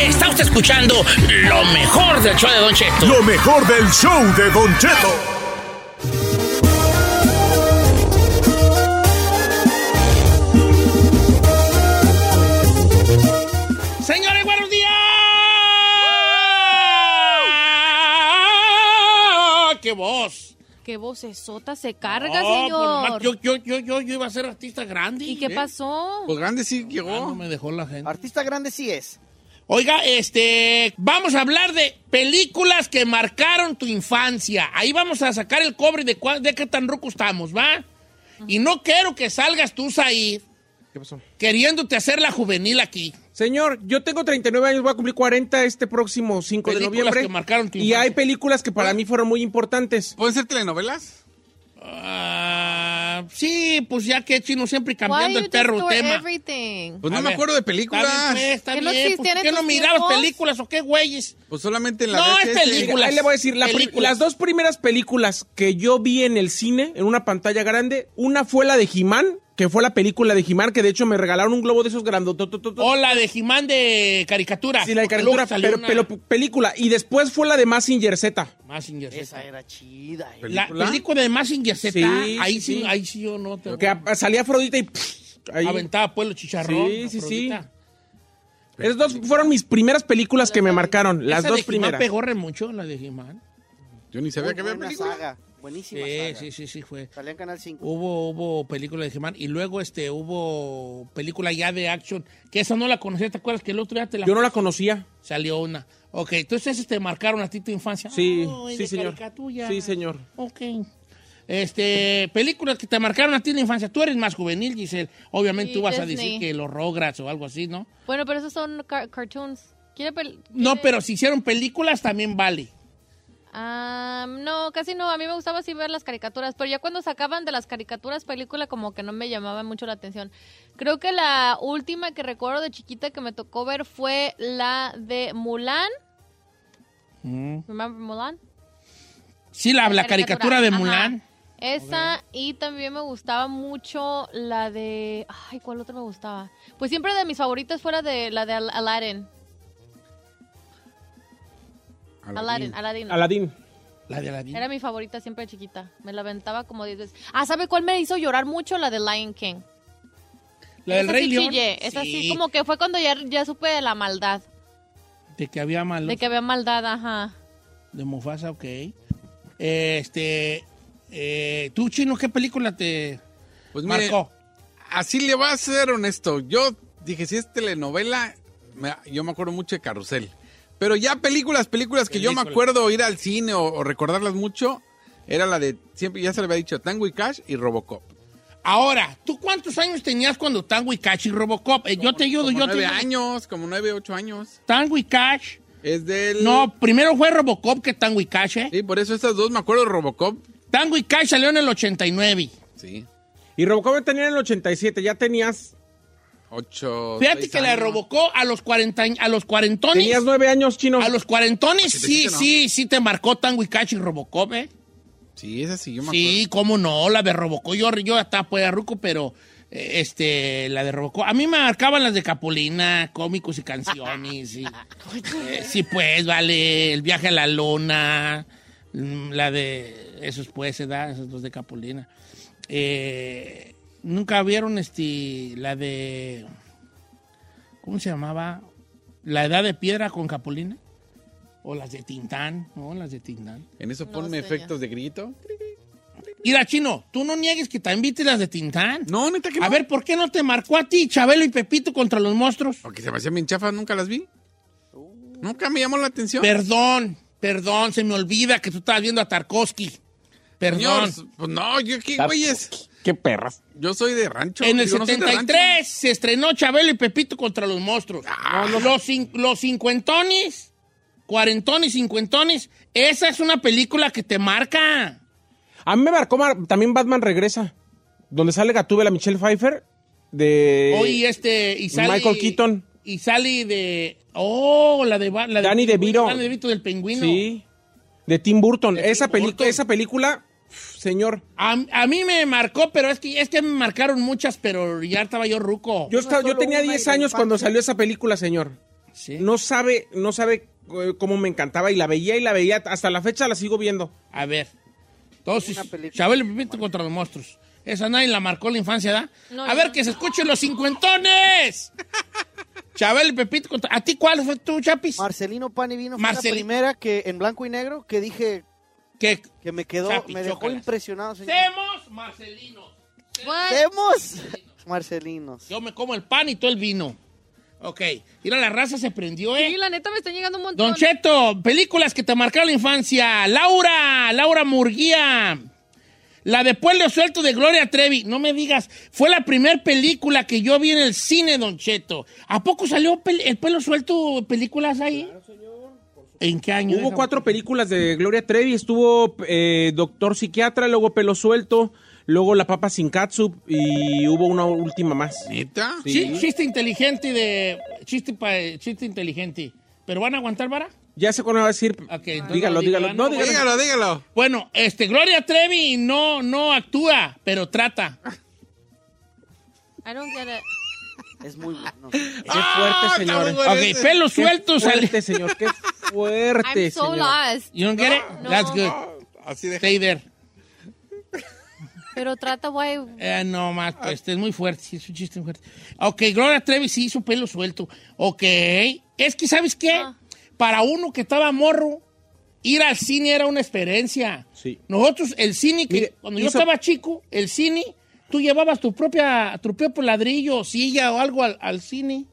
Speaker 9: Está usted escuchando lo mejor del show de Don Cheto.
Speaker 3: Lo mejor del show de Don Cheto.
Speaker 2: Señores, buenos días. ¡Qué voz!
Speaker 4: Qué vocesota se carga,
Speaker 2: No, pues,
Speaker 4: señor.
Speaker 2: nomás yo, yo, yo, yo, yo iba a ser artista grande.
Speaker 4: ¿Y qué pasó?
Speaker 2: Pues grande sí llegó. no me dejó la gente.
Speaker 7: Artista grande sí es.
Speaker 2: Oiga, este, vamos a hablar de películas que marcaron tu infancia. Ahí vamos a sacar el cobre de, cuá- de qué tan ruco estamos, ¿va? Y no quiero que salgas tú, Said,
Speaker 10: ¿Qué pasó?
Speaker 2: queriéndote hacer la juvenil aquí.
Speaker 10: Señor, yo tengo 39 años, voy a cumplir 40 este próximo 5 de
Speaker 2: Películas
Speaker 10: noviembre.
Speaker 2: que marcaron tu
Speaker 10: y
Speaker 2: infancia. ¿Eh?
Speaker 10: hay películas que para mí fueron muy importantes. ¿Pueden ser telenovelas?
Speaker 2: Ah, sí, pues ya que chino siempre
Speaker 4: Why
Speaker 2: cambiando
Speaker 4: you
Speaker 2: el perro
Speaker 4: distort
Speaker 2: tema.
Speaker 4: everything?
Speaker 6: Pues no
Speaker 2: A
Speaker 6: me acuerdo de películas.
Speaker 2: Está bien, pues, está
Speaker 4: ¿Que no
Speaker 2: bien,
Speaker 4: existían
Speaker 2: pues,
Speaker 4: en
Speaker 2: ¿Qué no
Speaker 4: tus
Speaker 2: mirabas
Speaker 4: tiempos?
Speaker 2: películas o qué güeyes?
Speaker 6: Pues solamente en
Speaker 2: la No, es VHS. películas.
Speaker 10: Ahí le voy a decir, la pri-
Speaker 2: Películas.
Speaker 10: las dos primeras películas que yo vi en el cine, en una pantalla grande, una fue la de Jimán, que fue la película de Jimán, que de hecho me regalaron un globo de esos grandototototos.
Speaker 2: O la de Jimán de caricatura.
Speaker 10: Sí, la de caricatura,
Speaker 2: Porque luego
Speaker 10: pero,
Speaker 2: salió
Speaker 10: pero película. Y después fue la de Massinger Z.
Speaker 2: una- Mazinger Z.
Speaker 7: Esa era chida. eh.
Speaker 2: La
Speaker 10: ¿Película?
Speaker 2: película de Mazinger Z,
Speaker 10: Sí,
Speaker 2: ahí, sí,
Speaker 10: sí.
Speaker 2: ahí sí yo no te...
Speaker 10: Que a- salía Afrodita y... pff, ahí.
Speaker 2: Aventaba pueblo chicharrón.
Speaker 10: Sí, sí, sí.
Speaker 2: Afrodita.
Speaker 10: Esas dos fueron mis primeras películas que me marcaron, las
Speaker 2: Esa
Speaker 10: dos
Speaker 2: de Jimán
Speaker 10: primeras.
Speaker 2: pegó Oh, re mucho, la de Jimán.
Speaker 6: Yo ni sabía
Speaker 7: Muy
Speaker 6: que había
Speaker 7: buena
Speaker 6: películas.
Speaker 7: saga. Buenísima
Speaker 2: Sí,
Speaker 7: saga.
Speaker 2: sí, sí, sí, fue.
Speaker 7: Salía en Canal 5.
Speaker 2: Hubo, hubo película de Jimán y luego este, hubo película ya de action, que esa no la conocía, ¿te acuerdas que el otro día te la...
Speaker 10: Yo no la conocía.
Speaker 2: Salió una. Ok, entonces esas te marcaron a ti tu infancia.
Speaker 10: Sí,
Speaker 2: Ay,
Speaker 10: sí,
Speaker 2: de
Speaker 10: señor.
Speaker 2: caricatura.
Speaker 10: Sí, señor.
Speaker 2: Ok. Este, películas que te marcaron a ti en la infancia. Tú eres más juvenil, Giselle. Obviamente
Speaker 4: Sí,
Speaker 2: tú vas a
Speaker 4: Disney.
Speaker 2: decir que los Rograts o algo así, ¿no?
Speaker 4: Bueno, pero esos son car- cartoons. ¿Quiere pel-
Speaker 2: No, pero si hicieron películas también vale.
Speaker 4: Ah, no, casi no. A mí me gustaba así ver las caricaturas, pero ya cuando sacaban de las caricaturas película como que no me llamaba mucho la atención. Creo que la última que recuerdo de chiquita que me tocó ver fue la de Mulan.
Speaker 10: Mm.
Speaker 4: ¿Remember Mulan?
Speaker 2: Sí, la,
Speaker 4: Caricatura.
Speaker 2: la caricatura de
Speaker 4: Ajá.
Speaker 2: Mulan.
Speaker 4: Esa y también me gustaba mucho la de... Ay, ¿cuál otra me gustaba? Pues siempre de mis favoritas fue la de, la de Al- Aladdin. Aladdin, Aladdin.
Speaker 10: Aladín.
Speaker 2: La de Aladdin.
Speaker 4: Era mi favorita siempre de chiquita. Me la aventaba como 10 veces. Ah, ¿sabe cuál me hizo llorar mucho? La de Lion King.
Speaker 2: La del
Speaker 4: Esa
Speaker 2: Rey
Speaker 4: sí
Speaker 2: León.
Speaker 4: chillé. Esa sí.
Speaker 2: Sí,
Speaker 4: como que fue cuando ya, ya supe de la maldad.
Speaker 2: De que había malos.
Speaker 4: De que había maldad, ajá.
Speaker 2: De Mufasa, ok. Este. eh, ¿Tú, chino, qué película te
Speaker 6: Pues mire,
Speaker 2: marcó?
Speaker 6: así le voy a ser honesto. Yo dije, si es telenovela, me- yo me acuerdo mucho de Carrusel. Pero ya películas, películas que yo me
Speaker 2: Películas.
Speaker 6: acuerdo ir al cine o, o recordarlas mucho, era la de, siempre ya se le había dicho, Tango y Cash y Robocop.
Speaker 2: Ahora, ¿tú cuántos años tenías cuando Tango y Cash y Robocop? Eh, yo te ayudo,
Speaker 6: como
Speaker 2: yo
Speaker 6: nueve
Speaker 2: te ayudo.
Speaker 6: años, como nueve, ocho años.
Speaker 2: Tango y Cash.
Speaker 6: Es del...
Speaker 2: No, primero fue Robocop que Tango y Cash, ¿eh?
Speaker 6: Sí, por eso estas dos me acuerdo de Robocop.
Speaker 2: Tango y Cash salió en el 89.
Speaker 6: Sí,
Speaker 10: Y Robocop tenía en el 87, ya tenías...
Speaker 6: ocho,
Speaker 2: Fíjate
Speaker 6: seis
Speaker 2: que la
Speaker 6: años.
Speaker 2: Robocop a los, 40, a los cuarentones.
Speaker 10: Tenías nueve años, chino.
Speaker 2: A los cuarentones
Speaker 6: Que te
Speaker 2: sí,
Speaker 6: quiten, ¿no?
Speaker 2: sí, sí te marcó Tango y Cash y Robocop, ¿eh?
Speaker 6: Sí, esa sí, yo me acuerdo.
Speaker 2: Sí, cómo no, la de Robocop. Yo, yo hasta pues ruco, pero eh, este, la de Robocop. A mí me marcaban las de Capulina, cómicos y canciones. y- eh, sí, pues, vale, El viaje a la luna, mm, la de, esos pues, se da, esos dos de Capulina. Eh, Nunca vieron, este, la de, ¿cómo se llamaba? La edad de piedra con Capulina. O las de Tintán, ¿no? Las de Tintán.
Speaker 6: En eso ponme efectos de grito.
Speaker 2: Mira, Chino, tú no niegues que también viste las de Tintán.
Speaker 6: No, neta que
Speaker 2: A ver, ¿por qué no te marcó a ti Chabelo y Pepito contra los monstruos?
Speaker 6: Porque se me hacían bien chafas, nunca las vi. Nunca me llamó la atención.
Speaker 2: Perdón, perdón, se me olvida que tú estabas viendo a Tarkovsky. Perdón.
Speaker 6: Señor, pues no, yo qué güeyes.
Speaker 10: Qué perras.
Speaker 6: Yo soy de rancho.
Speaker 2: En el
Speaker 6: digo, no soy de
Speaker 2: 73 se estrenó Chabelo y Pepito contra los monstruos.
Speaker 6: Ah,
Speaker 2: Los, cin- los cincuentones, cuarentones, cincuentones, esa es una película que te marca.
Speaker 10: A mí me marcó mar- también Batman Regresa, donde sale Gatúbela Michelle Pfeiffer de
Speaker 2: Hoy este, y sale...
Speaker 10: Eh, Michael Keaton.
Speaker 2: Y sale de... Oh, la de... Ba- La de
Speaker 10: Danny DeVito.
Speaker 2: Danny DeVito del pingüino.
Speaker 10: Sí. De Tim Burton. esa, peli- esa película, pf, señor.
Speaker 2: A, a mí me marcó, pero es que, es que me marcaron muchas, pero ya estaba yo ruco.
Speaker 10: Yo, estaba- yo tenía 10 años cuando salió esa película, señor. No sabe, no sabe eh, cómo me encantaba y la veía y la veía. Hasta la fecha la sigo viendo.
Speaker 2: A ver. Entonces, Chabelo y Pepito contra los monstruos. Esa nadie la marcó la infancia, ¿da?
Speaker 10: No,
Speaker 2: a ver, que se escuchen los cincuentones. Chabelo y Pepito contra... ¿A ti cuál fue tu, Chapis?
Speaker 7: Marcelino Pan y Vino fue
Speaker 2: Marceli-
Speaker 7: la primera que en blanco y negro que dije
Speaker 2: que,
Speaker 7: me quedó,
Speaker 2: Chapi,
Speaker 7: me dejó
Speaker 2: chócalas.
Speaker 7: impresionado, señor.
Speaker 2: Semos Marcelino.
Speaker 7: ¡Semos! Marcelinos.
Speaker 2: Yo me como el pan y todo el vino. Ok. Mira, la raza se prendió, ¿eh?
Speaker 4: Sí, la neta me están llegando un montón.
Speaker 2: Don Cheto, películas que te marcaron la infancia. Laura, Laura Murguía. La de Pueblo Suelto de Gloria Trevi. No me digas, fue la primera película que yo vi en el cine, Don Cheto. ¿A poco salió pel- el Pueblo Suelto películas ahí? ¿En qué año?
Speaker 10: Hubo cuatro películas de Gloria Trevi. Estuvo eh, Doctor Psiquiatra, luego Pelo Suelto, luego La Papa Sin Katsup y hubo una última más.
Speaker 6: ¿Neta?
Speaker 2: Sí, chiste inteligente de... Chiste, pa- chiste inteligente. ¿Pero van a aguantar, Vara?
Speaker 10: Ya sé cuándo va a decir.
Speaker 2: entonces
Speaker 10: dígalo,
Speaker 2: no diga,
Speaker 10: dígalo. No,
Speaker 2: no,
Speaker 10: dígalo.
Speaker 2: dígalo, Bueno, este, Gloria Trevi no, no actúa, pero trata.
Speaker 4: I don't get it.
Speaker 7: Es muy bueno.
Speaker 10: Qué fuerte, señor.
Speaker 2: Ok, pelo suelto
Speaker 10: Qué
Speaker 2: sale.
Speaker 10: fuerte, señor. Qué fuerte,
Speaker 4: I'm so
Speaker 10: señor.
Speaker 4: lost.
Speaker 2: You don't get it?
Speaker 4: No.
Speaker 2: That's good.
Speaker 6: Así
Speaker 2: Stay there.
Speaker 4: Pero trata, güey.
Speaker 2: Eh, no, más, pues, este es muy fuerte, sí, es un chiste muy fuerte. Ok, Gloria Trevi sí hizo pelo suelto. Ok, es que, ¿sabes qué? Para uno que estaba morro, ir al cine era una experiencia.
Speaker 10: Sí.
Speaker 2: Nosotros, el cine, que
Speaker 10: Mire,
Speaker 2: cuando yo
Speaker 10: hizo-
Speaker 2: estaba chico, el cine, tú llevabas tu propia, tu propio ladrillo, silla o algo al, al cine,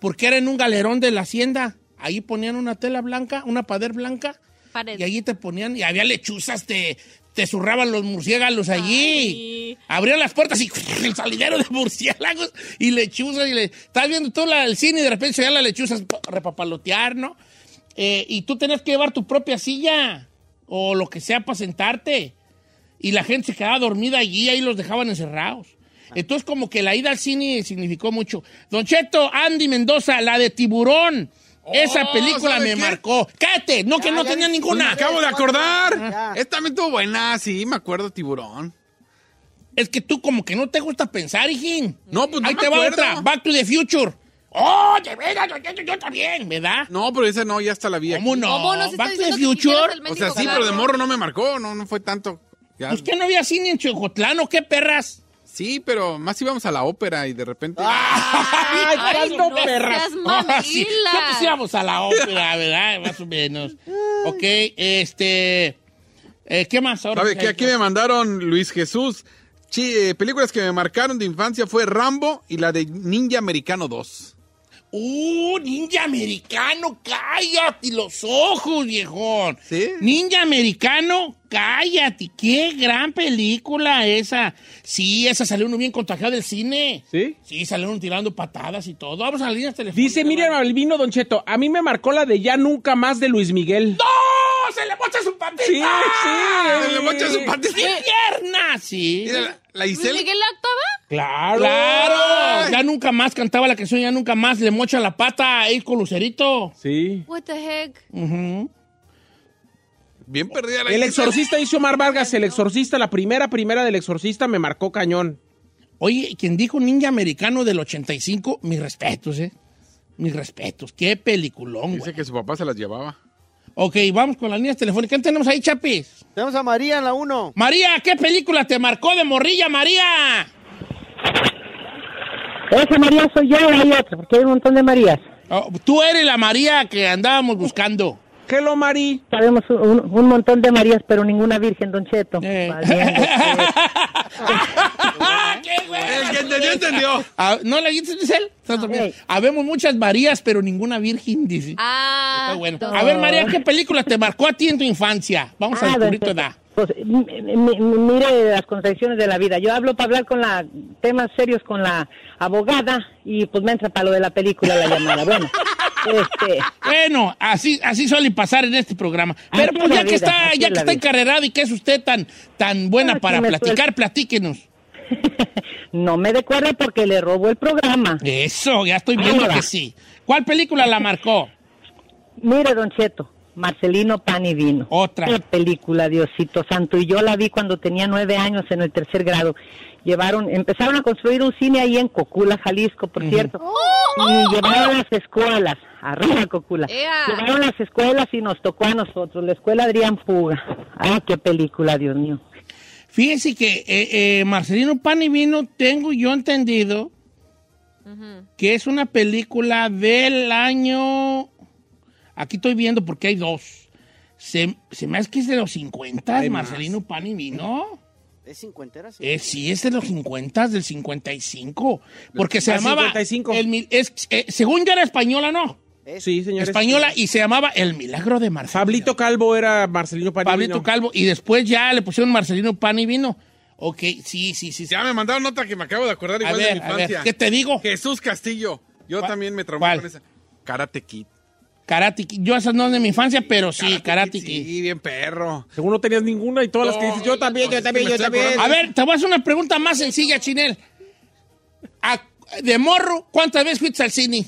Speaker 2: porque era en un galerón de la hacienda. Ahí ponían una tela blanca, una pader blanca,
Speaker 4: Pared.
Speaker 2: y allí te ponían, y había lechuzas, te, te zurraban los murciélagos allí. Abrían las puertas y el salidero de murciélagos y lechuzas. Y le, estás viendo todo la- el cine y de repente se veían las lechuzas pa- repapalotear, ¿no? Eh, y tú tenías que llevar tu propia silla o lo que sea para sentarte. Y la gente se quedaba dormida allí, ahí los dejaban encerrados. Entonces, como que la ida al cine significó mucho. Don Cheto, Andy Mendoza, la de Tiburón. Esa película
Speaker 6: Oh, ¿sabe
Speaker 2: me
Speaker 6: qué?
Speaker 2: marcó. ¡Cállate! No, que
Speaker 6: Ya,
Speaker 2: no
Speaker 6: ya
Speaker 2: tenía
Speaker 6: vi-
Speaker 2: ninguna.
Speaker 6: Me acabo de
Speaker 2: Ah.
Speaker 6: acordar. Esta también estuvo buena, sí, me acuerdo, tiburón.
Speaker 2: Es que tú como que no te gusta pensar, hijín.
Speaker 6: No, pues no
Speaker 2: Ahí
Speaker 6: me
Speaker 2: te va
Speaker 6: acuerdo.
Speaker 2: otra. Back to the Future. ¡Oh, de veras! Yo, yo- yo también, ¿verdad?
Speaker 6: No, pero esa no, ya hasta la vi.
Speaker 2: ¿Cómo
Speaker 6: aquí.
Speaker 2: no? ¿Cómo no? Si Back está to the diciendo que Future. quieres el
Speaker 6: O sea,
Speaker 2: mendigo
Speaker 6: sí, pero de
Speaker 2: carro.
Speaker 6: morro no me marcó, no, no fue tanto. Ya-
Speaker 2: Pues que no había cine en Chocotlán, ¿o qué perras?
Speaker 6: Sí, pero más íbamos a la ópera y de repente.
Speaker 2: ¡Ay, tanto
Speaker 4: no seas mamila.
Speaker 2: Ah, sí. Ya pues íbamos a la ópera, ¿verdad? Más o menos. Ok, este... eh, ¿Qué más ahora?
Speaker 6: ¿Sabe qué? Aquí me mandaron Luis Jesús. Sí, eh, películas que me marcaron de infancia fue Rambo y la de Ninja Americano 2.
Speaker 2: ¡Uh, ninja americano! ¡Cállate los ojos, viejón! Ninja americano, cállate. ¡Qué gran película esa! Sí, esa salió uno bien contagiado del cine.
Speaker 10: ¿Sí?
Speaker 2: Sí, salieron tirando patadas y todo. Vamos a las líneas telefónicas.
Speaker 10: Dice Miriam Albino, Don Cheto, a mí me marcó la de Ya Nunca Más de Luis Miguel.
Speaker 2: ¡No! ¡Oh! ¡Se le mocha su patita!
Speaker 10: Sí, sí. eh.
Speaker 6: Se le mocha su patita.
Speaker 2: ¡Mi pierna! Sí.
Speaker 6: Mira, la, la
Speaker 4: ¿Luis
Speaker 6: Isela-
Speaker 4: Miguel la actuaba?
Speaker 10: ¡Claro!
Speaker 2: ¡Claro! Ya nunca más cantaba la canción, ya nunca más le mocha la pata a con Lucerito.
Speaker 10: Sí.
Speaker 4: What the heck?
Speaker 2: Ujú.
Speaker 6: Bien perdida la
Speaker 10: El
Speaker 6: Isela.
Speaker 10: exorcista dice Omar Vargas, el exorcista, la primera, primera del exorcista me marcó cañón.
Speaker 2: Oye, quien dijo Ninja Americano del 85, mis respetos, ¿eh? Mis respetos. Qué peliculón,
Speaker 6: Dice que su papá se las llevaba.
Speaker 2: Ok, vamos con las líneas telefónicas. ¿Qué tenemos ahí, Chapis?
Speaker 7: Tenemos a María en la 1.
Speaker 2: María, ¿qué película te marcó de morrilla, María?
Speaker 11: Esa María soy yo, hay otra, porque hay un montón de Marías.
Speaker 2: Oh, tú eres la María que andábamos buscando.
Speaker 10: Hello, Mari.
Speaker 11: Sabemos un, un montón de Marías, pero ninguna Virgen, Don Cheto. Valiendo.
Speaker 2: El que entendió, entendió. Ah, ¿No la dijiste, Giselle? Estás dormida. Habemos muchas Marías, pero ninguna Virgen, dice.
Speaker 4: Ah,
Speaker 2: Está bueno. A ver, María, ¿qué película te marcó a ti en tu infancia? Vamos a
Speaker 11: Ah,
Speaker 2: descubrir tu
Speaker 11: don
Speaker 2: edad.
Speaker 11: Pues, m- m- mire las contradicciones de la vida. Yo hablo para hablar con la temas serios con la abogada y pues me entra para lo de la película la llamada. Bueno, este,
Speaker 2: Bueno, así, así suele pasar en este programa.
Speaker 11: Así
Speaker 2: Pero pues
Speaker 11: es
Speaker 2: ya
Speaker 11: la
Speaker 2: que
Speaker 11: vida,
Speaker 2: está,
Speaker 11: así
Speaker 2: ya
Speaker 11: es
Speaker 2: que
Speaker 11: la
Speaker 2: está
Speaker 11: vida.
Speaker 2: encarrerado y que es usted tan, tan buena
Speaker 11: Ah,
Speaker 2: para
Speaker 11: que me
Speaker 2: platicar, platíquenos.
Speaker 11: no me de cuerda porque le robó el programa.
Speaker 2: Eso, ya estoy viendo
Speaker 11: Ahora.
Speaker 2: que sí. ¿Cuál película la marcó?
Speaker 11: Mire, Don Cheto, Marcelino Pan y Vino.
Speaker 2: Otra.
Speaker 11: Qué película, Diosito Santo. Y yo la vi cuando tenía nueve años en el tercer grado. Llevaron, empezaron a construir un cine ahí en Cocula, Jalisco, por cierto. Y llevaron las escuelas, arriba Cocula.
Speaker 4: Ea.
Speaker 11: Llevaron las escuelas y nos tocó a nosotros, la escuela Adrián Fuga. Ay, qué película, Dios mío.
Speaker 2: Fíjense que eh, eh, Marcelino Pan y Vino, tengo yo entendido que es una película del año. Aquí estoy viendo porque hay dos. Se, se me hace que es de los 50,
Speaker 7: Hay más.
Speaker 2: Marcelino Pan y Vino.
Speaker 7: ¿Es cincuentera? Sí.
Speaker 2: Eh, sí, es de los 50, del 55. Porque se
Speaker 10: Ah,
Speaker 2: llamaba.
Speaker 10: 55.
Speaker 2: El mi- es- eh, según yo era española, ¿no?
Speaker 10: Sí, señor.
Speaker 2: Española y se llamaba El Milagro de Marcelino.
Speaker 10: Pablito Calvo era Marcelino Panivino.
Speaker 2: Pablito Calvo. Y después ya le pusieron Marcelino Pan y Vino. Ok, sí, sí, sí.
Speaker 6: Ya me mandaron nota que me acabo de acordar
Speaker 2: A
Speaker 6: igual de
Speaker 2: ver,
Speaker 6: mi
Speaker 2: a ver,
Speaker 6: infancia.
Speaker 2: ¿qué te digo?
Speaker 6: Jesús Castillo. Yo también me traumé
Speaker 2: cuál?
Speaker 6: con esa. Karate Kid.
Speaker 2: Karate Kid. Yo esas no es de mi infancia, pero sí, Karate Kid.
Speaker 6: Sí, bien perro.
Speaker 10: Según no tenías ninguna y todas las que dices, yo también, yo también, yo también.
Speaker 2: A ver, te voy a hacer una pregunta más sencilla, Chinel. A- de morro, ¿cuántas veces fuiste al cine?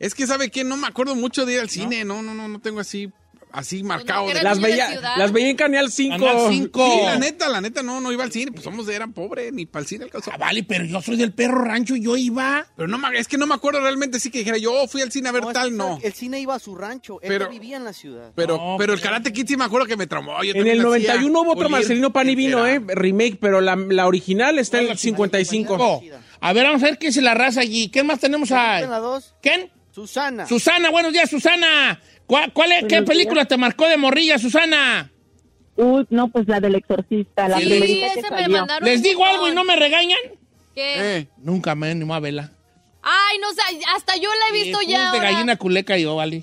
Speaker 6: Es que, ¿sabe qué? No me acuerdo mucho de ir al cine. No, no, no, no tengo así,
Speaker 10: Pues
Speaker 6: así marcado. de-
Speaker 10: eres Las muy de veía- ciudad. las veía en Canal 5.
Speaker 6: Canal 5.
Speaker 10: Sí,
Speaker 6: la neta, la neta, no, no iba al cine. Pues somos de, eran pobres, ni para el cine alcanzó.
Speaker 2: Ah, vale, pero yo soy del perro rancho, yo iba.
Speaker 6: Pero no, me- es que no me acuerdo realmente, sí que dijera, yo fui al cine a ver
Speaker 7: es
Speaker 6: tal,
Speaker 7: que
Speaker 6: no.
Speaker 7: El cine iba a su rancho. Él
Speaker 6: Pero-
Speaker 7: no vivía en la ciudad.
Speaker 6: Pero, pero el
Speaker 2: pues
Speaker 6: Karate Kid sí me acuerdo que me traumó. Yo
Speaker 10: En
Speaker 6: también
Speaker 10: el
Speaker 6: hacía
Speaker 10: 91 hubo otro
Speaker 6: pulir.
Speaker 10: Marcelino Pan y Vino, ¿eh? Remake, pero la, la original está en el 55.
Speaker 2: A ver, vamos a ver qué es la raza allí. ¿Qué más tenemos ahí?
Speaker 7: la dos?
Speaker 2: ¿Quién?
Speaker 7: Susana.
Speaker 2: Susana, buenos días, Susana. ¿Cuál, cuál es-
Speaker 12: Buenos
Speaker 2: ¿Qué
Speaker 12: días.
Speaker 2: película te marcó de morrilla, Susana?
Speaker 12: Uy, no, pues la del exorcista, la
Speaker 2: Sí,
Speaker 12: primerita que
Speaker 4: esa me
Speaker 12: salió.
Speaker 4: mandaron
Speaker 2: ¿Les
Speaker 4: un
Speaker 2: digo
Speaker 4: montón.
Speaker 2: algo y no me regañan?
Speaker 4: ¿Qué?
Speaker 10: Eh.
Speaker 2: Nunca me animó a verla.
Speaker 4: Ay, no sé, hasta yo la he visto
Speaker 2: Eh,
Speaker 4: ya.
Speaker 2: de
Speaker 4: ahora.
Speaker 2: gallina culeca yo, vale.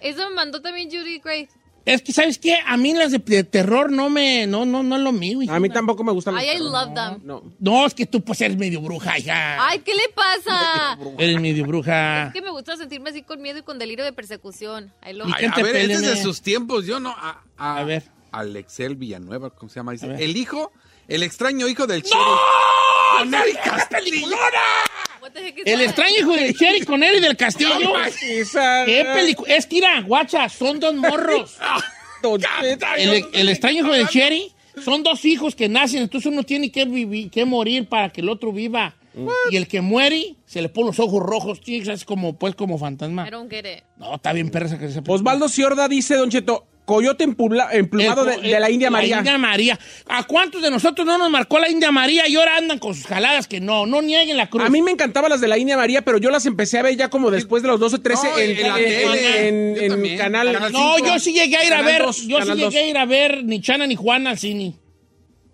Speaker 4: Eso me mandó también Judy Gray.
Speaker 2: Es que, ¿sabes qué? A mí las de, de terror no me... No, no, no es lo mío. hija.
Speaker 10: A mí tampoco me gustan. los
Speaker 4: Ay, I
Speaker 10: perros.
Speaker 4: love them.
Speaker 10: No.
Speaker 2: No, es que tú pues eres medio bruja, hija.
Speaker 4: Ay, ¿qué le pasa?
Speaker 2: Eres medio bruja.
Speaker 4: Es que me gusta sentirme así con miedo y con delirio de persecución. I love
Speaker 2: ¿Y
Speaker 4: it.
Speaker 2: qué
Speaker 6: Ay,
Speaker 2: te
Speaker 6: a ver, este es
Speaker 2: pelean,
Speaker 6: de
Speaker 2: eh?
Speaker 6: sus tiempos, yo no. A, a-
Speaker 2: ver.
Speaker 6: Alexel Villanueva, ¿cómo se llama? Dice,
Speaker 2: ver.
Speaker 6: el hijo, el extraño hijo del chico.
Speaker 2: ¡No!
Speaker 6: Con
Speaker 2: ¡No,
Speaker 6: Eric
Speaker 2: hija,
Speaker 6: Castillo.
Speaker 4: What the heck is
Speaker 2: El
Speaker 4: that?
Speaker 2: extraño hijo de Sherry con él y del castillo. ¿Qué película? Es que mira, guacha, son dos morros.
Speaker 10: Ah,
Speaker 2: el, el extraño hijo de Sherry son dos hijos que nacen, entonces uno tiene que vivir, que morir para que el otro viva. Y el que muere se le ponen los ojos rojos, chicas, es como pues como fantasma.
Speaker 4: I don't get it.
Speaker 2: No, está bien perra esa que se
Speaker 10: Osvaldo Ciorda dice, Don Cheto, coyote empubla- emplumado de, de la India María.
Speaker 2: India María. ¿A cuántos de nosotros no nos marcó la India María y ahora andan con sus jaladas que no, no nieguen la cruz?
Speaker 10: A mí me encantaban las de la India María, pero yo las empecé a ver ya como después de los 12 o 13
Speaker 6: No,
Speaker 10: en,
Speaker 6: en la
Speaker 10: en-
Speaker 6: tele.
Speaker 10: en-
Speaker 6: Yo
Speaker 10: en
Speaker 6: también.
Speaker 10: canal.
Speaker 6: Canal
Speaker 2: No,
Speaker 6: cinco.
Speaker 2: yo sí llegué a ir a
Speaker 10: Canal
Speaker 2: ver,
Speaker 10: dos,
Speaker 2: yo sí
Speaker 10: Canal
Speaker 2: llegué
Speaker 10: dos.
Speaker 2: a ir a ver ni Chana ni Juana al cine.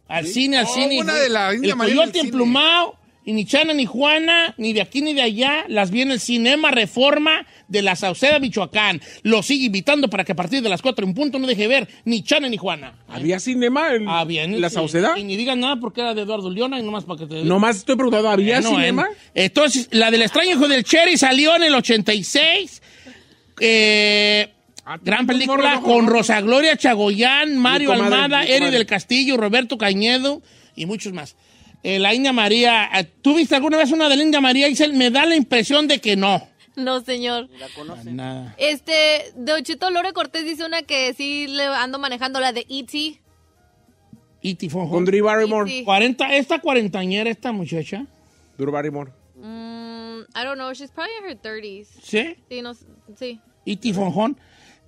Speaker 2: Al cine, al
Speaker 6: Oh,
Speaker 2: cine.
Speaker 6: una
Speaker 2: güey.
Speaker 6: de la India
Speaker 2: el
Speaker 6: María en
Speaker 2: coyote
Speaker 6: el cine.
Speaker 2: emplumado, y ni Chana ni Juana, ni de aquí ni de allá, las vi en el Cinema Reforma de la Sauceda, Michoacán. Lo sigue invitando para que a partir de las 4 en punto no deje ver ni Chana ni Juana.
Speaker 10: ¿Había cinema en
Speaker 2: Ah, bien.
Speaker 10: la
Speaker 2: sí.
Speaker 10: Sauceda?
Speaker 2: Y ni digan nada porque era de Eduardo Leona y nomás para que te
Speaker 10: Nomás estoy preguntando, ¿había
Speaker 2: Bueno,
Speaker 10: cinema?
Speaker 2: en- entonces, la del extraño hijo del Cherry salió en el 86. Eh,
Speaker 10: Ah,
Speaker 2: gran película con Rosa Gloria Chagoyán, Mario
Speaker 10: comadre,
Speaker 2: Almada,
Speaker 10: mi
Speaker 2: Eri
Speaker 10: comadre.
Speaker 2: del Castillo, Roberto Cañedo y muchos más. Eh, la India María. eh, ¿Tú viste alguna vez una de la India María, Isel? Me da la impresión de que no.
Speaker 4: No, señor.
Speaker 2: Nada.
Speaker 4: Este, de Ochito Lore Cortés dice una que sí le ando manejando, la de E.T.
Speaker 2: E.T. fue un
Speaker 10: Con Drew Barrymore.
Speaker 4: Sí.
Speaker 2: 40, esta cuarentañera, esta muchacha,
Speaker 10: Drew Barrymore.
Speaker 4: Mm, I don't know. She's probably in her 30s.
Speaker 2: ¿Sí?
Speaker 4: Sí, no, s- sí.
Speaker 2: Iti Fonjón.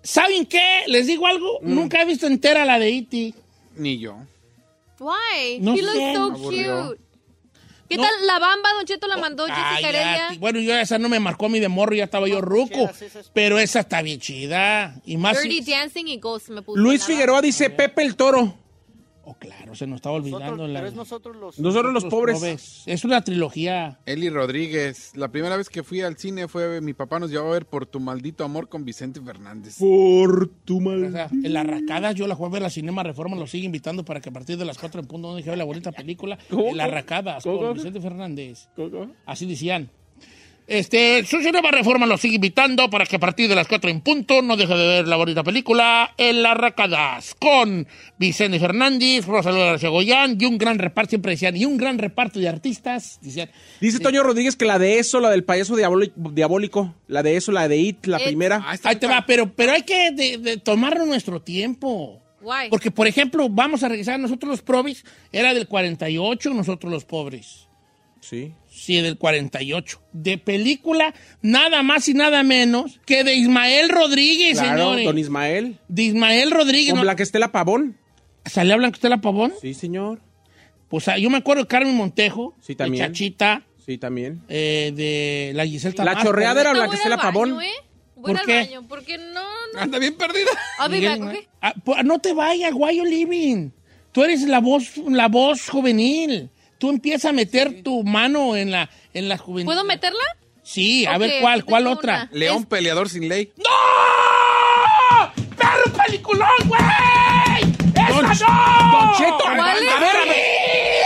Speaker 2: ¿Saben qué? ¿Les digo algo?
Speaker 10: Mm.
Speaker 2: Nunca he visto entera la de E Iti.
Speaker 6: Ni yo.
Speaker 4: Why?
Speaker 2: No
Speaker 4: He
Speaker 2: sé.
Speaker 4: looks so
Speaker 2: Aburrido.
Speaker 4: cute. ¿Qué tal la bamba, Don Cheto? La mandó Jessica Heredia.
Speaker 2: Oh, Cállate. Bueno, yo esa no me marcó mi de morro, ya estaba yo ruco. Pero esa está bien chida. Y más.
Speaker 4: Dirty Dancing y Ghost me puso.
Speaker 10: Luis
Speaker 4: la
Speaker 10: Figueroa dice Pepe el Toro.
Speaker 2: Oh, Claro, se nos estaba olvidando. la-
Speaker 7: nosotros los...
Speaker 10: Nosotros los pobres.
Speaker 2: Es una trilogía.
Speaker 6: Eli Rodríguez. La primera vez que fui al cine fue mi papá nos llevó a ver por tu maldito amor con Vicente Fernández.
Speaker 10: Por tu mal.
Speaker 2: O sea, en la arracada, yo la jueves de la Cinema Reforma lo sigue invitando para que a partir de las 4 en punto no deje ver la bonita película.
Speaker 10: ¿Cómo?
Speaker 2: En la arracada,
Speaker 10: ¿Cómo?
Speaker 2: con Vicente Fernández. Así decían. Este, su Cinema Reforma lo sigue invitando para que a partir de las 4 en punto no deje de ver la bonita película En las Racadas con Vicente Fernández, Rosalía García Goyán y un gran reparto, siempre decían, y un gran reparto de artistas, decían.
Speaker 10: Dice Toño Rodríguez que la de eso, la del payaso diabólico, diabólico, la de eso, la de It, la
Speaker 2: Eh,
Speaker 10: primera.
Speaker 2: Ahí te va, pero, pero hay que de- de tomar nuestro tiempo.
Speaker 4: Why?
Speaker 2: Porque, por ejemplo, vamos a regresar, nosotros los probis, era del 48, nosotros los pobres.
Speaker 10: Sí.
Speaker 2: Sí, del 48. De película, nada más y nada menos que de Ismael Rodríguez,
Speaker 10: Claro,
Speaker 2: señores.
Speaker 10: don Ismael.
Speaker 2: De Ismael Rodríguez.
Speaker 10: Con
Speaker 2: ¿no?
Speaker 10: Blanca Estela Pavón.
Speaker 2: ¿Salía Blanca Estela Pavón?
Speaker 10: Sí, señor.
Speaker 2: Pues ah, yo me acuerdo de Carmen Montejo.
Speaker 10: Sí, también.
Speaker 2: De Chachita,
Speaker 10: Sí, también.
Speaker 2: eh, de la Giselle
Speaker 10: La
Speaker 2: Tamasco.
Speaker 10: chorreada era
Speaker 4: Ahorita
Speaker 10: Blanca Estela
Speaker 4: Voy al
Speaker 10: Pavón.
Speaker 4: baño, ¿eh? Voy
Speaker 2: ¿Por
Speaker 4: al
Speaker 2: qué?
Speaker 4: baño, porque no, no.
Speaker 6: Anda bien perdida.
Speaker 4: I'll be
Speaker 2: Miguel,
Speaker 4: back, ¿ok?
Speaker 2: Ah, pues, no te vayas, guayo living. Tú eres la voz, la voz juvenil. Tú empiezas a meter tu mano en la, en la juventud.
Speaker 4: ¿Puedo meterla?
Speaker 2: Sí, a
Speaker 4: Ok,
Speaker 2: ver cuál,
Speaker 4: aquí
Speaker 2: cuál
Speaker 4: tengo
Speaker 2: otra.
Speaker 4: una.
Speaker 6: León peleador sin ley.
Speaker 2: ¡Perro peliculón, güey! ¡Esa no!
Speaker 10: Don Cheto,
Speaker 2: A ver,
Speaker 10: ¿cuál es?
Speaker 2: a ver, a ver.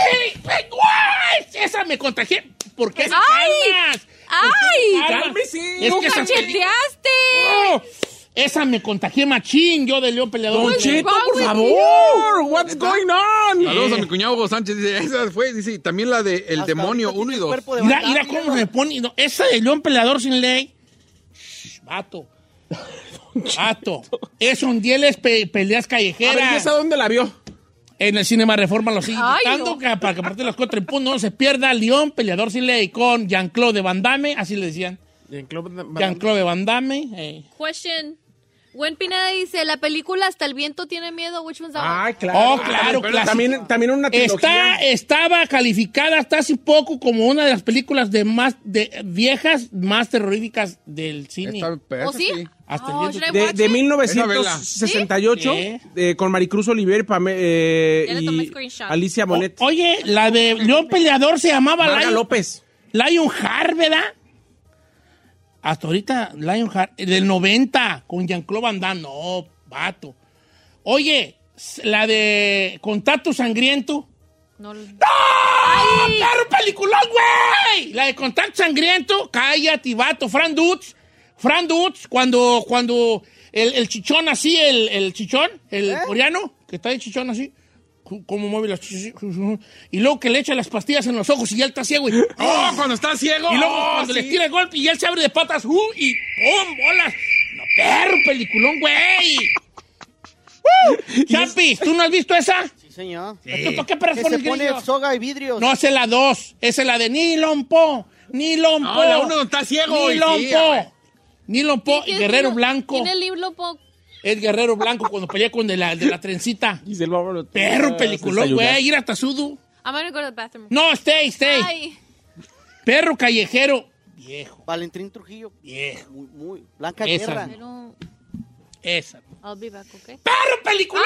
Speaker 2: ¡Ay, güey! Esa me contagié. ¿Por qué?
Speaker 4: ¡Ay!
Speaker 2: ¡Ay!
Speaker 4: ¡Ay!
Speaker 2: ¡Cálmese!
Speaker 4: ¡Tú
Speaker 2: esa-
Speaker 4: cacheteaste!
Speaker 2: ¡Oh! Esa me contagié machín, yo de León Peleador.
Speaker 10: Don
Speaker 2: Güey.
Speaker 10: Cheto,
Speaker 4: wrong
Speaker 10: por
Speaker 4: with
Speaker 10: favor. What's going on?
Speaker 6: Saludos a mi cuñado Hugo Sánchez. Dice, esa fue, dice, y también la de El Demonio 1 y 2.
Speaker 2: Mira, mira cómo me pone. no, esa de León Peleador sin ley. Shh, vato. Vato. Es un dieles peleas
Speaker 10: A ver, ¿y
Speaker 2: callejeras.
Speaker 10: esa dónde la vio?
Speaker 2: En el Cinema Reforma lo sigue
Speaker 4: Ay,
Speaker 2: invitando
Speaker 4: no.
Speaker 2: que- para que a partir de las cuatro en punto no se pierda León Peleador sin ley con Jean-Claude Van Damme. Así le decían. Jean-Claude Van Damme. eh.
Speaker 4: Question. Gwen Pineda dice, la película Hasta el viento tiene miedo, which one's that one?
Speaker 10: Ay, claro.
Speaker 2: Oh, claro,
Speaker 10: Pero
Speaker 2: clásico.
Speaker 10: También, también una trilogía.
Speaker 2: Está, estaba calificada hasta hace poco como una de las películas de más de viejas más terroríficas del cine.
Speaker 10: pues,
Speaker 4: ¿O sí?
Speaker 2: Hasta el
Speaker 4: Oh,
Speaker 2: viento.
Speaker 4: should I
Speaker 10: De,
Speaker 4: watch
Speaker 10: de
Speaker 4: it?
Speaker 10: 1968,
Speaker 2: ¿Sí?
Speaker 10: eh, con Maricruz Oliver Pame- eh,
Speaker 4: Ya le tomé
Speaker 10: y
Speaker 4: screenshot.
Speaker 10: Alicia Bonet.
Speaker 2: O- oye, la de León Peleador se llamaba
Speaker 10: Marga
Speaker 2: Lion,
Speaker 10: López.
Speaker 2: Lionheart, ¿verdad? Hasta ahorita, Lionheart, eh, del 90, con Jean-Claude Van Damme. No, vato. Oye, s- la de Contacto Sangriento.
Speaker 4: No,
Speaker 2: ¡Ay! ¡Claro, peliculón, güey! La de Contacto Sangriento, cállate, vato. Fran Dutz, Fran Dutz, cuando, cuando el, el chichón así, el, el chichón, el coreano, que está de chichón así, cu- cómo mueve las chichis, y luego que le echa las pastillas en los ojos y ya él está ciego. Y,
Speaker 6: ¡Oh, cuando está ciego!
Speaker 2: y luego
Speaker 6: ¡Oh,
Speaker 2: cuando
Speaker 6: sí!
Speaker 2: le tira el golpe y él se abre de patas, ¡uh! y ¡pum! ¡Bolas! ¡No, perro, peliculón, güey! ¡Uh! Chapis, ¿tú no has visto esa?
Speaker 7: Sí, señor.
Speaker 2: ¿Tú qué perras
Speaker 7: Que
Speaker 2: pones
Speaker 7: se pone
Speaker 2: grillo?
Speaker 7: soga y vidrios.
Speaker 2: No, esa es la 2. Esa es la de Nilon Po. Nilon Po.
Speaker 6: No, la uno está ciego. y
Speaker 2: Nilon
Speaker 6: sí, a ver.
Speaker 2: Po. Nilon Po,
Speaker 4: ¿Quién es
Speaker 2: Guerrero
Speaker 4: libro-
Speaker 2: Blanco.
Speaker 4: ¿Quién es el libro po?
Speaker 2: El Guerrero Blanco cuando pelea con de la, de la trencita.
Speaker 10: Giselle Bárbaro.
Speaker 2: Perro,
Speaker 10: Ah,
Speaker 2: peliculón,
Speaker 10: desayunar.
Speaker 2: güey. Ir a Tazudu.
Speaker 4: I'm gonna go to the bathroom.
Speaker 2: No, stay, stay.
Speaker 4: Ay,
Speaker 2: Perro callejero. Viejo,
Speaker 7: Valentín Trujillo.
Speaker 2: viejo.
Speaker 7: Muy, muy. Blanca
Speaker 2: Esa
Speaker 7: Guerra.
Speaker 2: no.
Speaker 4: pero
Speaker 2: Esa.
Speaker 4: I'll be back, ¿ok?
Speaker 2: ¡Perro peliculón,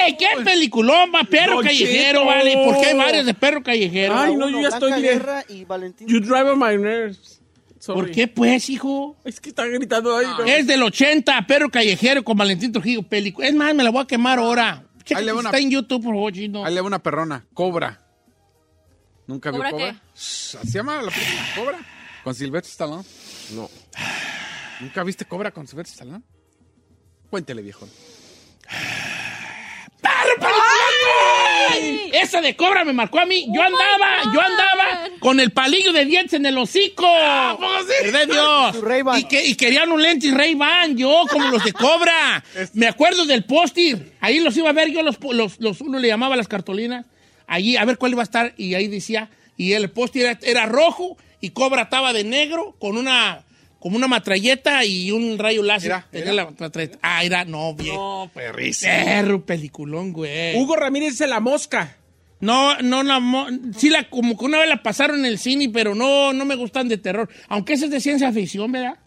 Speaker 2: güey! ¡Qué peliculón, va! Perro
Speaker 10: Don
Speaker 2: callejero,
Speaker 10: Cheto.
Speaker 2: vale. Porque hay varios de perro callejero.
Speaker 10: Ay,
Speaker 7: La
Speaker 10: no,
Speaker 7: uno,
Speaker 10: yo ya estoy
Speaker 7: Blanca
Speaker 10: bien.
Speaker 7: Guerra y Valentín.
Speaker 10: You drive on my nerves. Sorry.
Speaker 2: ¿Por qué, pues, hijo?
Speaker 10: Es que está gritando ahí. no.
Speaker 2: Es del 80, Perro Callejero con Valentín Trujillo. Película. Es más, me la voy a quemar ahora. Checa
Speaker 6: Ahí le
Speaker 2: si
Speaker 6: va una-
Speaker 2: está en YouTube, por favor, chino.
Speaker 6: Ahí le va una perrona, Cobra. ¿Nunca vio
Speaker 4: ¿Cobra
Speaker 6: Cobra?
Speaker 4: qué?
Speaker 6: Shh, Así se llama la película, Cobra. Con Silvestre Stallone. No. ¿Nunca viste Cobra con Silvestre Stallone? Cuéntele, viejo.
Speaker 2: ¡Perro Callejero! Esa de cobra me marcó a mí. Yo andaba, yo andaba con el palillo de dientes en el hocico. ¡Verdad,
Speaker 7: Su
Speaker 2: Dios!
Speaker 7: Ray-Ban.
Speaker 2: Y, que, y querían un lente Ray Van, yo, como los de cobra. Me acuerdo del póster. Ahí los iba a ver yo, los, los, los- uno le llamaba las cartolinas. Allí, a ver cuál iba a estar. Y ahí decía, y el poste era, era rojo y Cobra estaba de negro con una como una matralleta y un rayo láser. Tenía la matralleta. Ah, era no, bien. No,
Speaker 10: perrísimo.
Speaker 2: Perro peliculón, güey.
Speaker 10: Hugo Ramírez es la mosca.
Speaker 2: No, no la mo- sí la como que una vez la pasaron en el cine, pero no no me gustan de terror, aunque esa es de ciencia ficción, ¿verdad?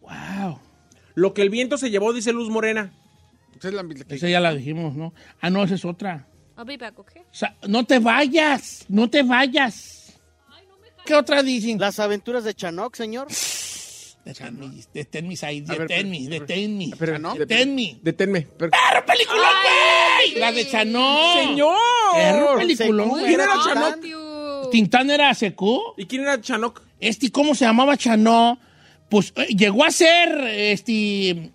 Speaker 2: Wow.
Speaker 10: Lo que el viento se llevó, dice Luz Morena.
Speaker 2: Esa ya la dijimos, ¿no? Ah, no, esa es otra.
Speaker 4: I'll be back, okay?
Speaker 2: O sea, no te vayas, no te vayas. ¿Qué otra dicen?
Speaker 7: Las aventuras de Chanoc, señor.
Speaker 2: Detén mis, detén mis, ahí, detén mis, detén mis.
Speaker 10: ¿no?
Speaker 2: Detén mis.
Speaker 10: Deténme. Pero...
Speaker 2: ¡Perro película, güey! La de Chanó.
Speaker 10: ¡Señor!
Speaker 2: Perro película,
Speaker 10: Secu,
Speaker 2: güey.
Speaker 10: ¿Quién era
Speaker 2: No,
Speaker 10: Chanoc?
Speaker 2: ¿Tintán era Secú?
Speaker 10: ¿Y quién era Chanoc?
Speaker 2: Este, ¿cómo se llamaba Chanó? Pues eh, llegó a ser, este,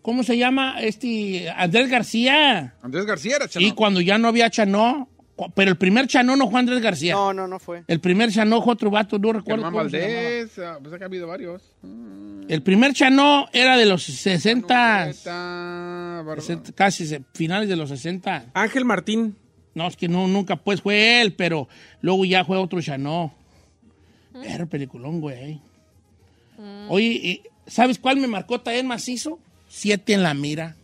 Speaker 2: ¿cómo se llama? Este, Andrés García.
Speaker 6: Andrés García era
Speaker 2: Y cuando ya no había Chanó, cu- pero el primer Chanó no fue Andrés García.
Speaker 7: No, no, no fue.
Speaker 2: El primer Chanó fue otro vato, no recuerdo
Speaker 6: Germán
Speaker 2: cómo se llamaba.
Speaker 6: Valdés, ah, pues acá ha habido varios.
Speaker 2: El primer Chanó era de los 60,
Speaker 6: Neta, Bar-
Speaker 2: 60, casi se- finales de los 60.
Speaker 10: Ángel Martín.
Speaker 2: No, es que no, nunca pues fue él, pero luego ya fue otro Chanó. Era peliculón, güey.
Speaker 10: Mm.
Speaker 2: Oye, ¿y ¿sabes cuál me marcó también macizo? Siete en la mira.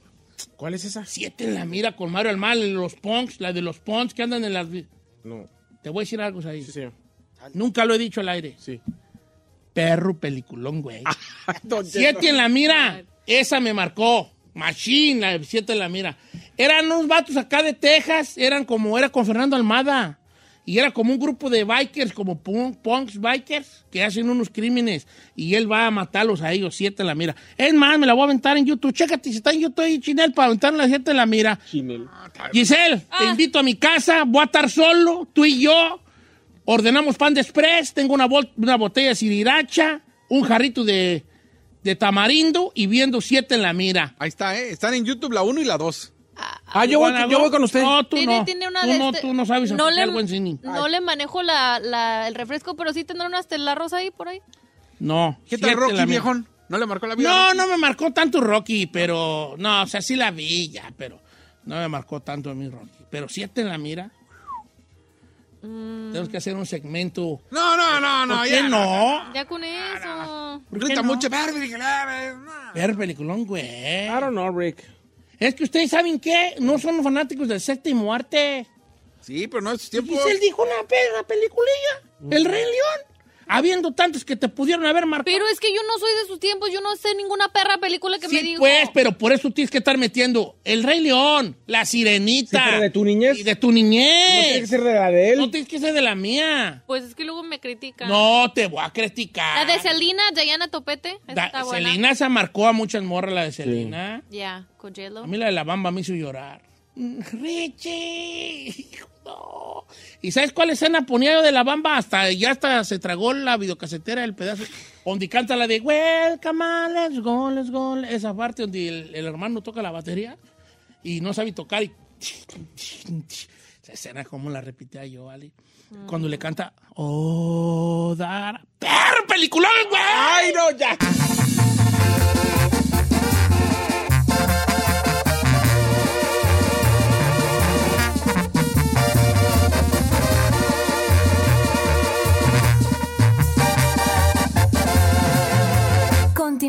Speaker 10: ¿Cuál es esa?
Speaker 2: Siete en la mira con Mario Almal, los Punks, la de los Punks que andan en las... vi-
Speaker 10: No.
Speaker 2: Te voy a decir algo ahí.
Speaker 10: Sí, señor.
Speaker 2: Nunca lo he dicho al aire.
Speaker 10: Sí.
Speaker 2: Perro peliculón, güey. Siete en la mira. Esa me marcó. Machine, la de siete en la mira. Eran unos vatos acá de Texas. Eran como era con Fernando Almada. Y era como un grupo de bikers, como punk- punks bikers, que hacen unos crímenes. Y él va a matarlos a ellos, siete en la mira. Es más, me la voy a aventar en YouTube. Chécate si está en YouTube y Chinel para aventar las siete en la mira.
Speaker 10: Chinel.
Speaker 2: Ah, Giselle, te invito a mi casa, voy a estar solo, tú y yo. Ordenamos pan de express, tengo una, bol- una botella de siriracha, un jarrito de, de tamarindo y viendo siete en la mira.
Speaker 6: Ahí está, ¿eh? Están en YouTube la 1 y la 2.
Speaker 10: Ah, yo voy, yo voy con usted.
Speaker 2: No, tú
Speaker 4: Tiene,
Speaker 2: no.
Speaker 4: tiene una
Speaker 2: tú,
Speaker 4: de
Speaker 2: no
Speaker 4: este-
Speaker 2: tú no sabes
Speaker 4: no
Speaker 2: hacer
Speaker 4: le,
Speaker 2: algo en cine.
Speaker 4: no le manejo la, la- el refresco, pero sí tendrá una Stella Rosa ahí por ahí.
Speaker 2: No.
Speaker 6: ¿Qué tal
Speaker 2: siete en
Speaker 6: Rocky,
Speaker 2: la mira.
Speaker 6: viejón? ¿No le marcó la vida?
Speaker 2: No, no me marcó tanto Rocky, pero... No, o sea, sí la vi ya, pero no me marcó tanto a mí Rocky. Pero siete en la mira.
Speaker 4: Mm.
Speaker 2: Tenemos que hacer un segmento.
Speaker 6: No, no, no, no.
Speaker 2: ¿Por
Speaker 6: ya
Speaker 2: qué no?
Speaker 4: Ya con eso.
Speaker 2: ¿Por qué
Speaker 6: Grita
Speaker 2: no?
Speaker 6: mucho, "Barbie, que la- no".
Speaker 2: Ver peliculón, güey.
Speaker 10: I don't know, Rick.
Speaker 2: Es que ustedes saben qué, no son fanáticos del séptimo arte.
Speaker 6: Sí, pero no es tiempo.
Speaker 2: Y él dijo una, pe- una
Speaker 10: Mm.
Speaker 2: peliculilla, El Rey León. Habiendo tantos que te pudieron haber marcado.
Speaker 4: Pero es que yo no soy de sus tiempos, yo no sé ninguna perra película que me
Speaker 2: Sí,
Speaker 4: diga.
Speaker 2: pues, pero por eso tienes que estar metiendo El Rey León, La Sirenita.
Speaker 10: Sí, pero de tu niñez.
Speaker 2: Y de tu niñez.
Speaker 10: No tiene que ser de la de él.
Speaker 2: No tienes que ser de la mía.
Speaker 4: Pues es que luego me critican.
Speaker 2: No, te voy a criticar.
Speaker 4: La de Selena, Diana Topete. esa
Speaker 2: Da-
Speaker 4: está buena.
Speaker 2: Selena se marcó a muchas morras, la de Selena.
Speaker 4: Ya, con J-Lo.
Speaker 2: A mí la de la bamba me hizo llorar. Mm, Richie, hijo, no. ¿Y sabes cuál escena ponía yo de la bamba? Hasta ya hasta se tragó la videocasetera el pedazo. Donde canta la de Welcome, on, let's go, let's go. Esa parte donde el, el hermano toca la batería y no sabe tocar. Y... Esa escena como la repetía yo, Ali. Cuando le canta, oh, dar. ¡Perro, peliculón, güey!
Speaker 10: ¡Ay, no, ya!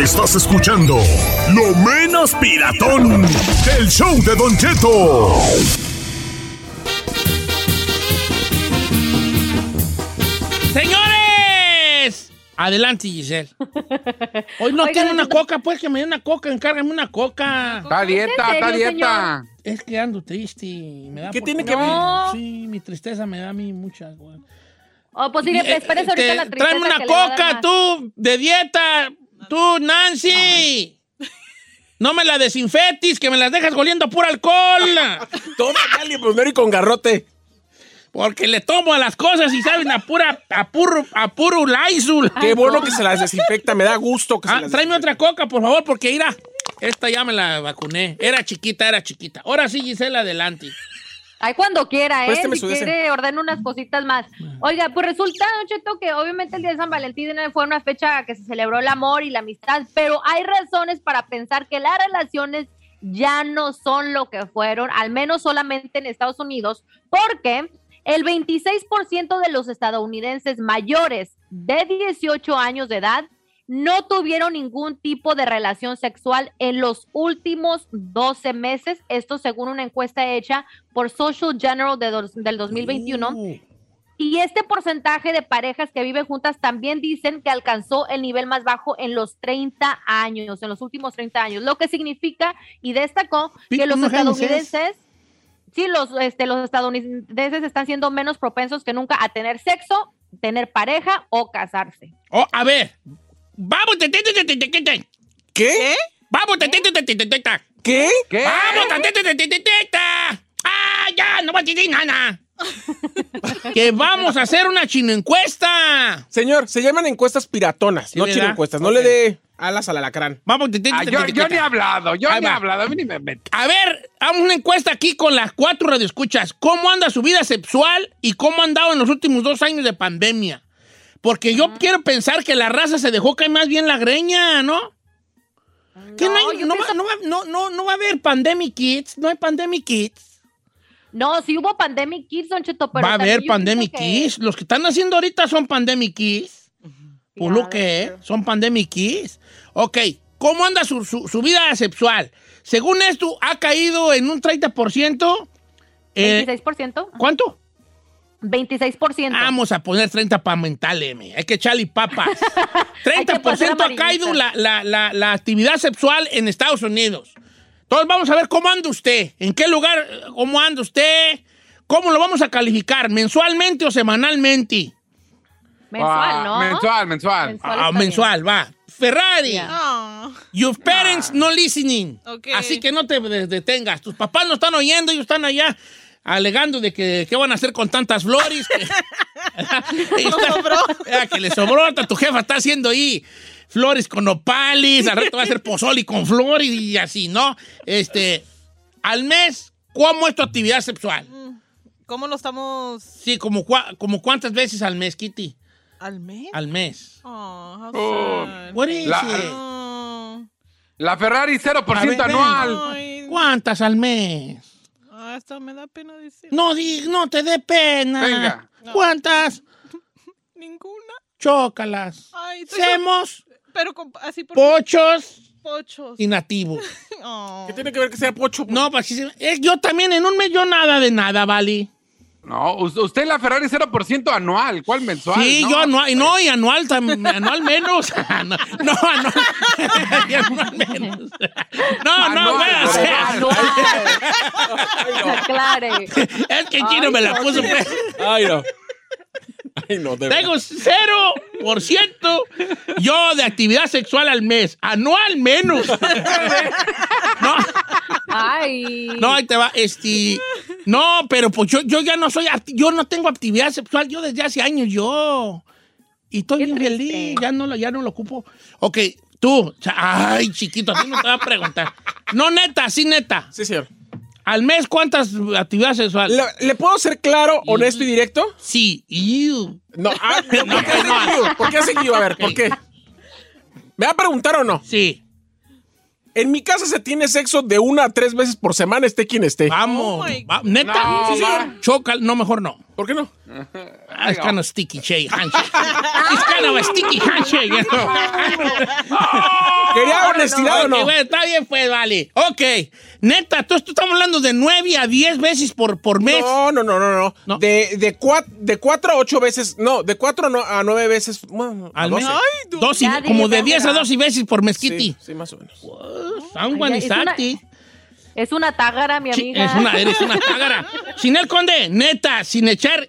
Speaker 3: Estás escuchando Lo Menos Piratón, el show de Don Cheto.
Speaker 2: ¡Señores! Adelante, Giselle. Hoy no tiene una coca, pues que me dé una coca, encárgame una coca.
Speaker 6: Está dieta, está dieta.
Speaker 2: Es que ando triste. y Me da
Speaker 10: ¿Qué
Speaker 2: por-
Speaker 10: tiene que
Speaker 2: No.
Speaker 10: ver?
Speaker 2: Sí, mi tristeza me da a mí mucha. güey.
Speaker 4: Oh, pues sí,
Speaker 2: Eh,
Speaker 4: esperes
Speaker 2: eh,
Speaker 4: ahorita
Speaker 2: te-
Speaker 4: la tristeza.
Speaker 2: Tráeme una
Speaker 4: que le va a dar
Speaker 2: coca,
Speaker 4: más.
Speaker 2: tú, de dieta. Tú, Nancy. No me la desinfetis, que me las dejas goliendo a puro alcohol.
Speaker 10: Toma primero y con garrote.
Speaker 2: Porque le tomo a las cosas y saben a pura, a puro, a puro Lysol.
Speaker 10: Qué bueno que se las desinfecta, me da gusto que se
Speaker 2: Ah,
Speaker 10: las
Speaker 2: tráeme otra coca, por favor, porque mira, esta ya me la vacuné. Era chiquita, era chiquita. Ahora sí, Gisela, adelante.
Speaker 4: Ay, cuando quiera, ¿eh?
Speaker 2: Préstame
Speaker 4: si
Speaker 2: su de este ese. Ah.
Speaker 4: quiere, ordena unas cositas más. Oiga, pues resulta, Don Cheto, que obviamente el Día de San Valentín fue una fecha que se celebró el amor y la amistad, pero hay razones para pensar que las relaciones ya no son lo que fueron, al menos solamente en Estados Unidos, porque el 26% de los estadounidenses mayores de 18 años de edad no tuvieron ningún tipo de relación sexual en los últimos 12 meses. Esto según una encuesta hecha por Social General de dos- del 2021. Y este porcentaje de parejas que viven juntas también dicen que alcanzó el nivel más bajo en los 30 años, en los últimos 30 años, lo que significa y destacó que
Speaker 11: People
Speaker 4: los
Speaker 11: hands, ¿eh?
Speaker 4: estadounidenses sí, los, este, los estadounidenses están siendo menos propensos que nunca a tener sexo, tener pareja o casarse.
Speaker 2: Oh, a ver. Vamos, te, te, te, te, te, te, te, te.
Speaker 10: ¿Qué?
Speaker 2: Vamos, te, te, te, te, te, te, te, te.
Speaker 10: ¿Qué? ¿Qué?
Speaker 2: Vamos, te, te, te, te, te, te, te, te. Ah, ya, no vas a decir nada. que vamos a hacer una chino encuesta.
Speaker 10: Señor, se llaman encuestas piratonas, no
Speaker 2: ¿verdad?
Speaker 10: chino encuestas. No le dé alas al alacrán.
Speaker 2: Vamos, te, te,
Speaker 10: Ah,
Speaker 2: te,
Speaker 10: yo-
Speaker 2: te, te,
Speaker 10: yo
Speaker 2: te.
Speaker 10: ni he hablado, yo
Speaker 2: Ahí
Speaker 10: ni he
Speaker 2: va.
Speaker 10: hablado, a mí ni me meto.
Speaker 2: A ver, hagamos una encuesta aquí con las cuatro radioescuchas. ¿Cómo anda su vida sexual y cómo ha andado en los últimos dos años de pandemia? Porque yo quiero pensar que la raza se dejó caer más bien la greña, ¿no? Que no, hay- no va, no va- no- no- no va a haber pandemic kids, no hay pandemic kids.
Speaker 4: No, si hubo pandemic kids, Don Cheto, pero
Speaker 2: va a
Speaker 4: también
Speaker 2: haber
Speaker 4: yo pienso
Speaker 2: pandemic
Speaker 4: que-
Speaker 2: kids. Los que están haciendo ahorita son pandemic kids. Por lo que es, son pandemic kids. Ok, ¿cómo anda su, su- su vida sexual? Según esto, ha caído en un 30%. eh,
Speaker 4: 26%.
Speaker 2: ¿Cuánto?
Speaker 4: 26%.
Speaker 2: Vamos a poner 30 para mentales, me. Hay que echarle papas. 30% ha
Speaker 4: amarillitas.
Speaker 2: caído la, la- la- la actividad sexual en Estados Unidos. Entonces vamos a ver cómo anda usted, en qué lugar, eh, cómo anda usted, cómo lo vamos a calificar, mensualmente o semanalmente.
Speaker 6: Ah, Mensual, mensual.
Speaker 2: Ah, mensual, va. Ferrari,
Speaker 5: Ah.
Speaker 2: your parents no listening.
Speaker 5: Ok.
Speaker 2: Así que no te de- detengas. Tus papás no están oyendo, ellos están allá alegando de que qué van a hacer con tantas flores. que- Ah, que le sobró, hasta tu jefa está haciendo ahí flores con opales, al rato va a hacer pozoli con flores y así, ¿no? Este, al mes, ¿cómo es tu actividad sexual?
Speaker 5: ¿Cómo lo estamos
Speaker 2: Sí, como, cua- como cuántas veces al mes, Kitty,
Speaker 5: al mes?
Speaker 2: al mes.
Speaker 5: Oh,
Speaker 6: Oh,
Speaker 2: What is
Speaker 6: la,
Speaker 2: it?
Speaker 6: la Ferrari 0%
Speaker 2: A ver, ven.
Speaker 6: anual.
Speaker 2: ¿Cuántas al mes?
Speaker 5: Ah, hasta me da pena decir.
Speaker 2: No, di- no te dé pena.
Speaker 5: Venga.
Speaker 2: ¿Cuántas?
Speaker 5: Ninguna.
Speaker 2: Chócalas.
Speaker 5: Ay, estoy-
Speaker 2: Semos,
Speaker 5: Pero con- así por
Speaker 2: pochos
Speaker 5: pochos.
Speaker 2: y nativos.
Speaker 5: Oh.
Speaker 10: ¿Qué tiene que ver que sea pocho?
Speaker 2: No, pues, sí se- eh, yo también en un mes yo nada de nada, Vali.
Speaker 6: No, us- usted la Ferrari 0% anual. ¿Cuál mensual?
Speaker 2: Sí,
Speaker 6: No,
Speaker 2: yo anual, y no,
Speaker 10: pues.
Speaker 2: y anual, tam- anual menos. no, no, anual, y anual menos. No, no,
Speaker 6: Anual,
Speaker 2: bueno, o sea,
Speaker 4: Aclare.
Speaker 2: es que Chino me la puso. pues.
Speaker 10: Ay, no. Ay, no, de verdad.
Speaker 2: Tengo 0% yo de actividad sexual al mes, anual menos.
Speaker 4: Ay.
Speaker 2: No, ahí te va, este, no, pero pues yo, yo ya no soy, acti- yo no tengo actividad sexual, yo desde hace años, yo, y estoy bien feliz, ya no, lo, ya no lo ocupo. Ok, tú, cha- ay, chiquito, a ti no te va a preguntar. No, neta, sí, neta.
Speaker 10: Sí, señor.
Speaker 2: ¿Al mes cuántas actividades sexuales?
Speaker 10: ¿Le, le puedo ser claro, honesto y directo?
Speaker 2: Sí. You. pues
Speaker 10: No, ah, no, ¿por qué hace you? ¿Por qué hace you? A ver, ¿por qué? ¿Me va a preguntar o no?
Speaker 2: Sí.
Speaker 10: En mi casa se tiene sexo de una a tres veces por semana, esté quien esté.
Speaker 2: Vamos. Va- ¿Neta?
Speaker 10: Oh No,
Speaker 2: Sí, señor.
Speaker 10: va.
Speaker 2: Choca, no, mejor no.
Speaker 10: ¿Por qué no?
Speaker 2: Ah, It's kind of sticky shake, handshake. It's kind of a sticky handshake, you know.
Speaker 10: ¿Quería honestidad o no?
Speaker 2: Ok, bueno, está bien, pues, vale. Ok. Neta, tú, tú estamos hablando de 9 a 10 veces por, por mes.
Speaker 10: No, no, no, no, no. De, de, cua- de cuatro a ocho veces, no, de cuatro a no- a nueve veces. Bueno, a
Speaker 2: Al menos.
Speaker 10: doce.
Speaker 2: Dos y-
Speaker 10: Ya,
Speaker 2: como de
Speaker 10: dile,
Speaker 2: 10 a
Speaker 10: cámara.
Speaker 2: 12 veces por mezquiti.
Speaker 10: Sí, sí, más o menos.
Speaker 2: San
Speaker 4: Ay, es una- Es una tágara, mi amiga.
Speaker 2: Es una, eres una tágara. Sin el conde, neta, sin echar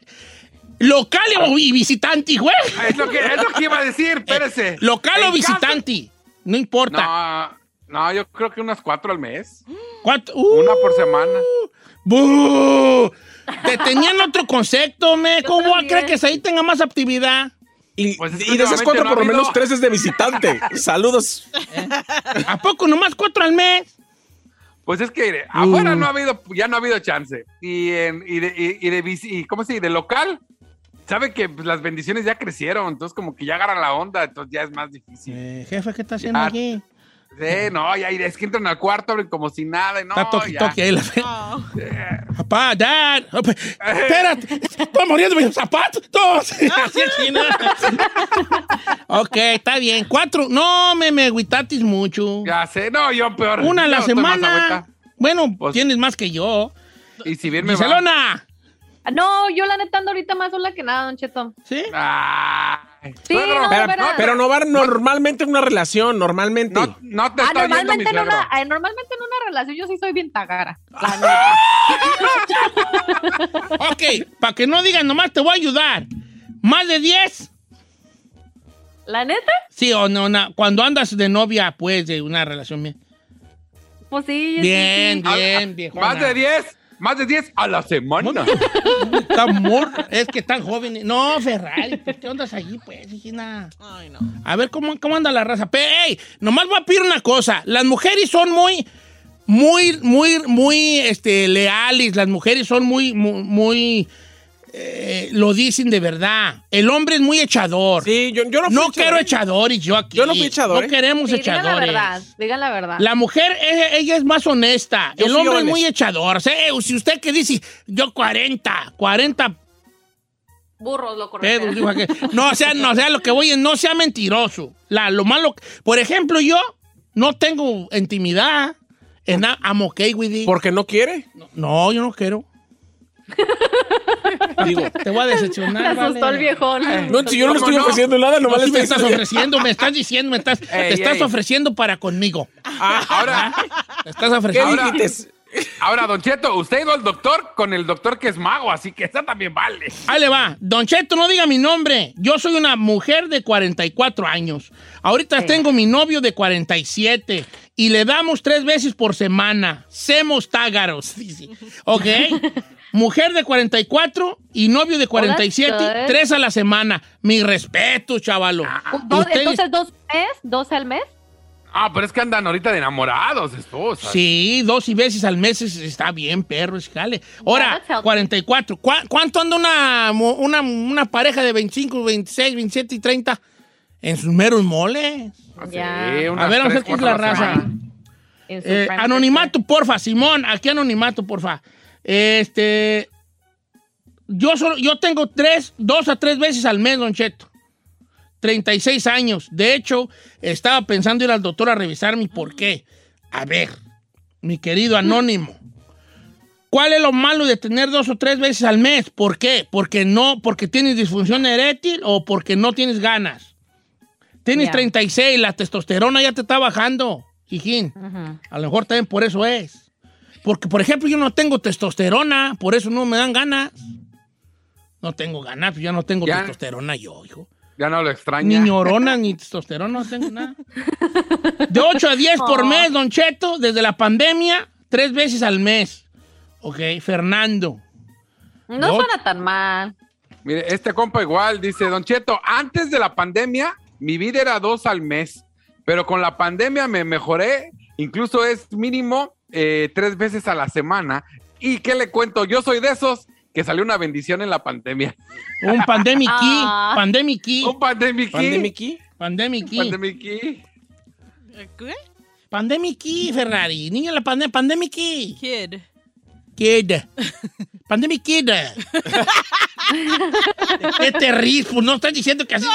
Speaker 2: local o- y visitante, güey. Eh,
Speaker 6: Es lo que, es lo que iba a decir, espérese.
Speaker 2: Local o
Speaker 6: En casa-
Speaker 2: visitante, no importa.
Speaker 6: No, no, yo creo que unas cuatro al mes.
Speaker 2: ¿Cuánto?
Speaker 6: Una
Speaker 2: uh.
Speaker 6: por semana.
Speaker 2: ¡Bú! Te tenían otro concepto, me. ¿Cómo crees que ahí tenga más actividad?
Speaker 10: Y,
Speaker 6: Pues es que
Speaker 10: y de esas
Speaker 6: últimamente
Speaker 10: cuatro,
Speaker 6: no ha
Speaker 10: por lo menos
Speaker 6: habido.
Speaker 10: tres es de visitante. Saludos.
Speaker 2: ¿A poco nomás cuatro al mes?
Speaker 6: Pues es que
Speaker 2: Uh.
Speaker 6: afuera
Speaker 10: Mm.
Speaker 6: no ha habido, ya no ha habido chance. Y, en- y de, y- y de bici- y ¿cómo se dice? De local. Sabe que pues, las bendiciones ya crecieron, entonces como que ya agarran la onda, entonces ya es más difícil.
Speaker 2: jefe, ¿qué está haciendo
Speaker 6: Ah,
Speaker 2: aquí?
Speaker 6: Sí, no, ya es que entran al cuarto, abren como si nada, y no,
Speaker 2: Está toque,
Speaker 6: ya.
Speaker 2: toque ahí la Papá, dad. Oh, pe- Espérate, estoy muriendo mis zapatos. Todos. Así es, sí, nada. ok, está bien. Cuatro. No, me, me agüitatis mucho.
Speaker 6: Ya sé, no, yo peor.
Speaker 2: Una a la
Speaker 6: Yo estoy más
Speaker 2: semana.
Speaker 6: agüita. Pues
Speaker 2: Bueno, tienes más que yo.
Speaker 6: Y si bien me va-
Speaker 2: Barcelona.
Speaker 4: No, yo la neta ando ahorita más sola que nada, Don Cheto.
Speaker 2: ¿Sí?
Speaker 4: Sí, no,
Speaker 10: pero,
Speaker 4: de veras.
Speaker 10: pero no va normalmente en una relación, normalmente. No,
Speaker 6: te
Speaker 4: Ah, normalmente, en una, ah, normalmente en una relación yo sí soy bien tagara.
Speaker 2: Ok, para que no digan nomás, te voy a ayudar. ¿Más de 10?
Speaker 4: ¿La neta?
Speaker 2: Sí o no, na- cuando andas de novia, pues, de una relación mía.
Speaker 4: Pues sí. yo sí,
Speaker 2: Bien,
Speaker 4: sí.
Speaker 2: bien, viejona.
Speaker 6: Más de 10, más de 10 a la semana.
Speaker 2: Está mor- Es que tan jóvenes. No, Ferrari, ¿por qué andas allí, pues, hijina? A ver cómo, cómo anda la raza. Pero, ey, nomás voy a pedir una cosa. Las mujeres son muy, muy, muy, muy este, leales. Las mujeres son muy, muy, muy, eh, lo dicen de verdad. El hombre es muy echador.
Speaker 10: Sí, yo, no ¿eh?
Speaker 2: No quiero echadores yo aquí.
Speaker 10: Yo no fui echador,
Speaker 2: No
Speaker 10: ¿eh?
Speaker 2: queremos
Speaker 4: Sí, digan la
Speaker 2: echadores.
Speaker 4: verdad, digan la verdad.
Speaker 2: La mujer, eh, ella es más honesta.
Speaker 10: Yo
Speaker 2: el
Speaker 10: soy
Speaker 2: hombre es
Speaker 10: honest.
Speaker 2: muy echador. O sea, eh, si usted que dice, yo 40, 40
Speaker 4: Burros lo correcto.
Speaker 2: pedos, Eh, dijo aquel. No, o sea, no, o sea, lo que voy es, no sea mentiroso. La, lo malo. Por ejemplo, yo no tengo intimidad. En a- I'm okay with it.
Speaker 10: Porque no quiere.
Speaker 2: No, yo no quiero.
Speaker 10: Digo,
Speaker 2: Te voy a
Speaker 4: Me
Speaker 2: decepcionar.
Speaker 4: asustó el
Speaker 2: vale.
Speaker 4: viejón.
Speaker 10: no, si yo no le estoy
Speaker 2: ¿Cómo no?
Speaker 10: ofreciendo nada, nomás
Speaker 2: No,
Speaker 10: le
Speaker 2: sí
Speaker 10: estoy
Speaker 2: me estás ofreciendo, me estás diciendo, me estás, te
Speaker 10: Ey,
Speaker 2: estás
Speaker 10: ey.
Speaker 2: ofreciendo para conmigo.
Speaker 6: Ah,
Speaker 2: Ah.
Speaker 6: ahora,
Speaker 2: Te estás ofreciendo.
Speaker 6: Ahora- Ahora, Don Cheto, usted ha ido al doctor con el doctor que es mago, así que esa también vale.
Speaker 2: Ahí le va. Don Cheto, no diga mi nombre. Yo soy una mujer de 44 años. Ahorita tengo mi novio de 47 y le damos tres veces por semana. Semos tágaros, dice. ¿Ok? Mujer de 44 y novio de 47,
Speaker 4: good.
Speaker 2: tres a la semana. Mi respeto, chavalo.
Speaker 4: Dos-
Speaker 2: Ustedes-
Speaker 4: entonces, dos mes, dos al mes.
Speaker 6: Ah, pero es que andan ahorita de enamorados, esposa.
Speaker 2: Sí, dos y veces al mes es- está bien, perro, es jale. Ahora, 44. ¿Cuá- ¿Cuánto anda una, mo- una, una pareja de 25, 26, 27 y 30 en sus meros moles?
Speaker 6: Ah, Sí, unas
Speaker 2: A ver, vamos a ver
Speaker 6: tres,
Speaker 2: qué es la
Speaker 6: cuatro a
Speaker 2: raza.
Speaker 6: semana.
Speaker 4: En su
Speaker 2: Eh,
Speaker 4: prime
Speaker 2: anonimato, porfa, Simón. Aquí anonimato, porfa. Este. Yo, solo, yo tengo tres, dos a tres veces al mes, Don Cheto. 36 años. De hecho, estaba pensando ir al doctor a revisar mi por qué. A ver, mi querido anónimo. ¿Cuál es lo malo de tener dos o tres veces al mes? ¿Por qué? ¿Porque no? ¿Porque tienes disfunción eréctil o porque no tienes ganas? Tienes
Speaker 4: Ya.
Speaker 2: 36, la testosterona ya te está bajando, hijín.
Speaker 4: Ujú.
Speaker 2: A lo mejor también por eso es. Porque, por ejemplo, yo no tengo testosterona, por eso no me dan ganas. No tengo ganas, pues ya no tengo
Speaker 6: Ya.
Speaker 2: testosterona yo, hijo.
Speaker 6: Ya no lo extraña.
Speaker 2: Ni ñorona, ni testosterona, no tengo nada. De 8 a 10 por
Speaker 6: Oh.
Speaker 2: mes, Don Cheto, desde la pandemia, tres veces al mes. Ok, Fernando.
Speaker 4: No
Speaker 6: No.
Speaker 4: suena tan mal.
Speaker 6: Mire, este compa igual dice, Don Cheto, antes de la pandemia mi vida era dos al mes, pero con la pandemia me mejoré, incluso es mínimo eh, tres veces a la semana. ¿Y qué le cuento? Yo soy de esos que salió una bendición en la pandemia.
Speaker 2: Un pandemiquí, pandemiquí.
Speaker 6: Un pandemiquí.
Speaker 10: Pandemiquí.
Speaker 2: Pandemiquí.
Speaker 6: Pandemiquí.
Speaker 5: ¿Qué?
Speaker 2: Pandemiquí, Ferrari. Niño de la pandemia, pandemiquí.
Speaker 5: Kid.
Speaker 2: Kid. Pandemic Kid. ¿Qué te ríes? Pues no estás diciendo que así.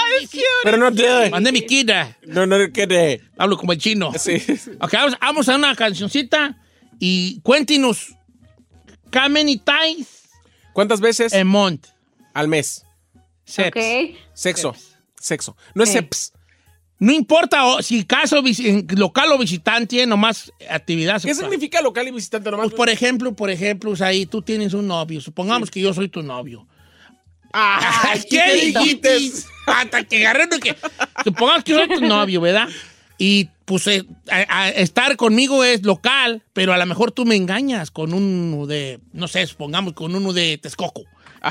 Speaker 10: Pero no te.
Speaker 2: Mandé mi quita.
Speaker 10: No, no te.
Speaker 2: Hablo como el chino. Sí. Ok, vamos, vamos a una cancioncita y cuéntenos. How many times?
Speaker 10: ¿Cuántas veces?
Speaker 2: A month.
Speaker 10: Al mes.
Speaker 2: Seps.
Speaker 4: Ok.
Speaker 10: Sexo. Sexo. No es
Speaker 2: Eh.
Speaker 10: seps.
Speaker 2: No importa o- si caso visi- en local o visitante, nomás actividad
Speaker 10: ¿Qué
Speaker 2: sexual.
Speaker 10: significa local y visitante nomás?
Speaker 2: Pues, por ejemplo, por ejemplo, ahí tú tienes un novio. Supongamos que yo soy tu novio.
Speaker 10: Ay,
Speaker 2: ¿Qué dijiste? Hasta que agarré uno que. Supongamos que soy tu novio, ¿verdad? Y pues eh, a- a- estar conmigo es local, pero a lo mejor tú me engañas con uno de, no sé, supongamos con uno de Texcoco.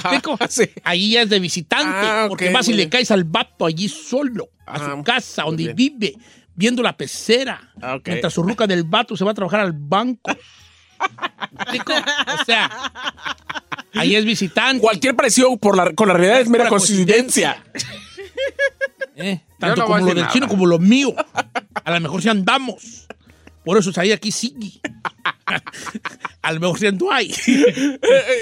Speaker 2: ¿Me explico? Ahí ya es de visitante,
Speaker 10: Ah, ok,
Speaker 2: porque vas y
Speaker 10: muy
Speaker 2: le
Speaker 10: bien.
Speaker 2: caes al vato allí solo, a su casa, donde vive, viendo la pecera,
Speaker 10: Ah, ok.
Speaker 2: mientras su ruca del vato se va a trabajar al banco. ¿Me explico? O sea, ahí es visitante.
Speaker 10: Cualquier parecido por la- con la realidad es mera
Speaker 2: Pura
Speaker 10: coincidencia.
Speaker 2: ¿eh?
Speaker 10: Yo
Speaker 2: tanto
Speaker 10: no voy
Speaker 2: como
Speaker 10: a
Speaker 2: lo
Speaker 10: decir
Speaker 2: del
Speaker 10: nada.
Speaker 2: chino como lo mío. A lo mejor si andamos. Por eso ahí aquí sigue. A lo mejor siendo ahí.
Speaker 10: Eh,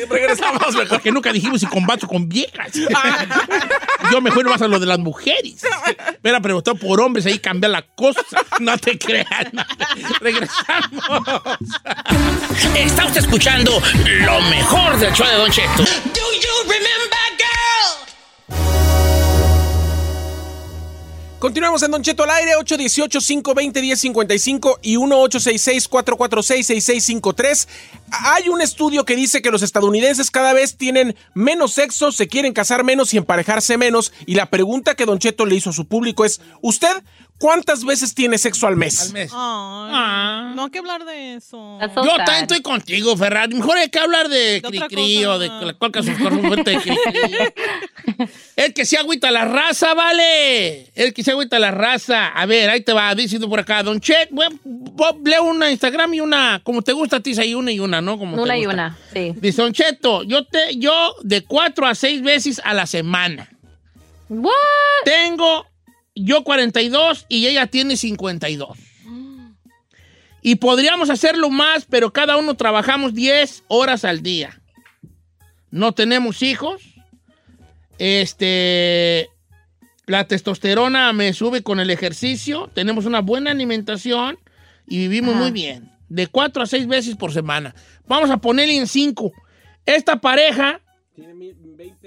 Speaker 10: regresamos Ah. mejor.
Speaker 2: Porque nunca dijimos si combato con viejas. Yo me fui nomás a lo de las mujeres. Me la preguntó por hombres, ahí cambia la cosa. No te creas. no. Regresamos.
Speaker 13: Está usted escuchando lo mejor del show de Don Cheto.
Speaker 14: Do you remember, girl?
Speaker 10: Continuamos en Don Cheto al aire, 818-520-1055 y 1866-446-6653. Hay un estudio que dice que los estadounidenses cada vez tienen menos sexo, se quieren casar menos y emparejarse menos. Y la pregunta que Don Cheto le hizo a su público es, ¿usted cuántas veces tiene sexo al mes?
Speaker 2: Al mes.
Speaker 5: Ay, no hay que hablar de eso.
Speaker 2: Ah. Yo también estoy contigo, Ferrari. Mejor hay que hablar de Cricri o de la cual que sus cuerpos fuente de Cricri. El que se agüita la raza, vale. El que se agüita la raza. A ver, ahí te va diciendo por acá, Don Che. bueno, Bob, Leo una Instagram y una, como te gusta a ti, hay una y una, ¿no? Como te
Speaker 4: Una y
Speaker 2: gusta.
Speaker 4: una, sí.
Speaker 2: Dice, Don Cheto, yo, te, yo de cuatro a seis veces a la semana. Tengo yo 42 y ella tiene 52. Y podríamos hacerlo más, pero cada uno trabajamos 10 horas al día. No tenemos hijos. Este. La testosterona me sube con el ejercicio. Tenemos una buena alimentación y vivimos
Speaker 15: Ajá.
Speaker 2: muy bien. De 4 a 6 veces por semana. Vamos a ponerle en 5. Esta pareja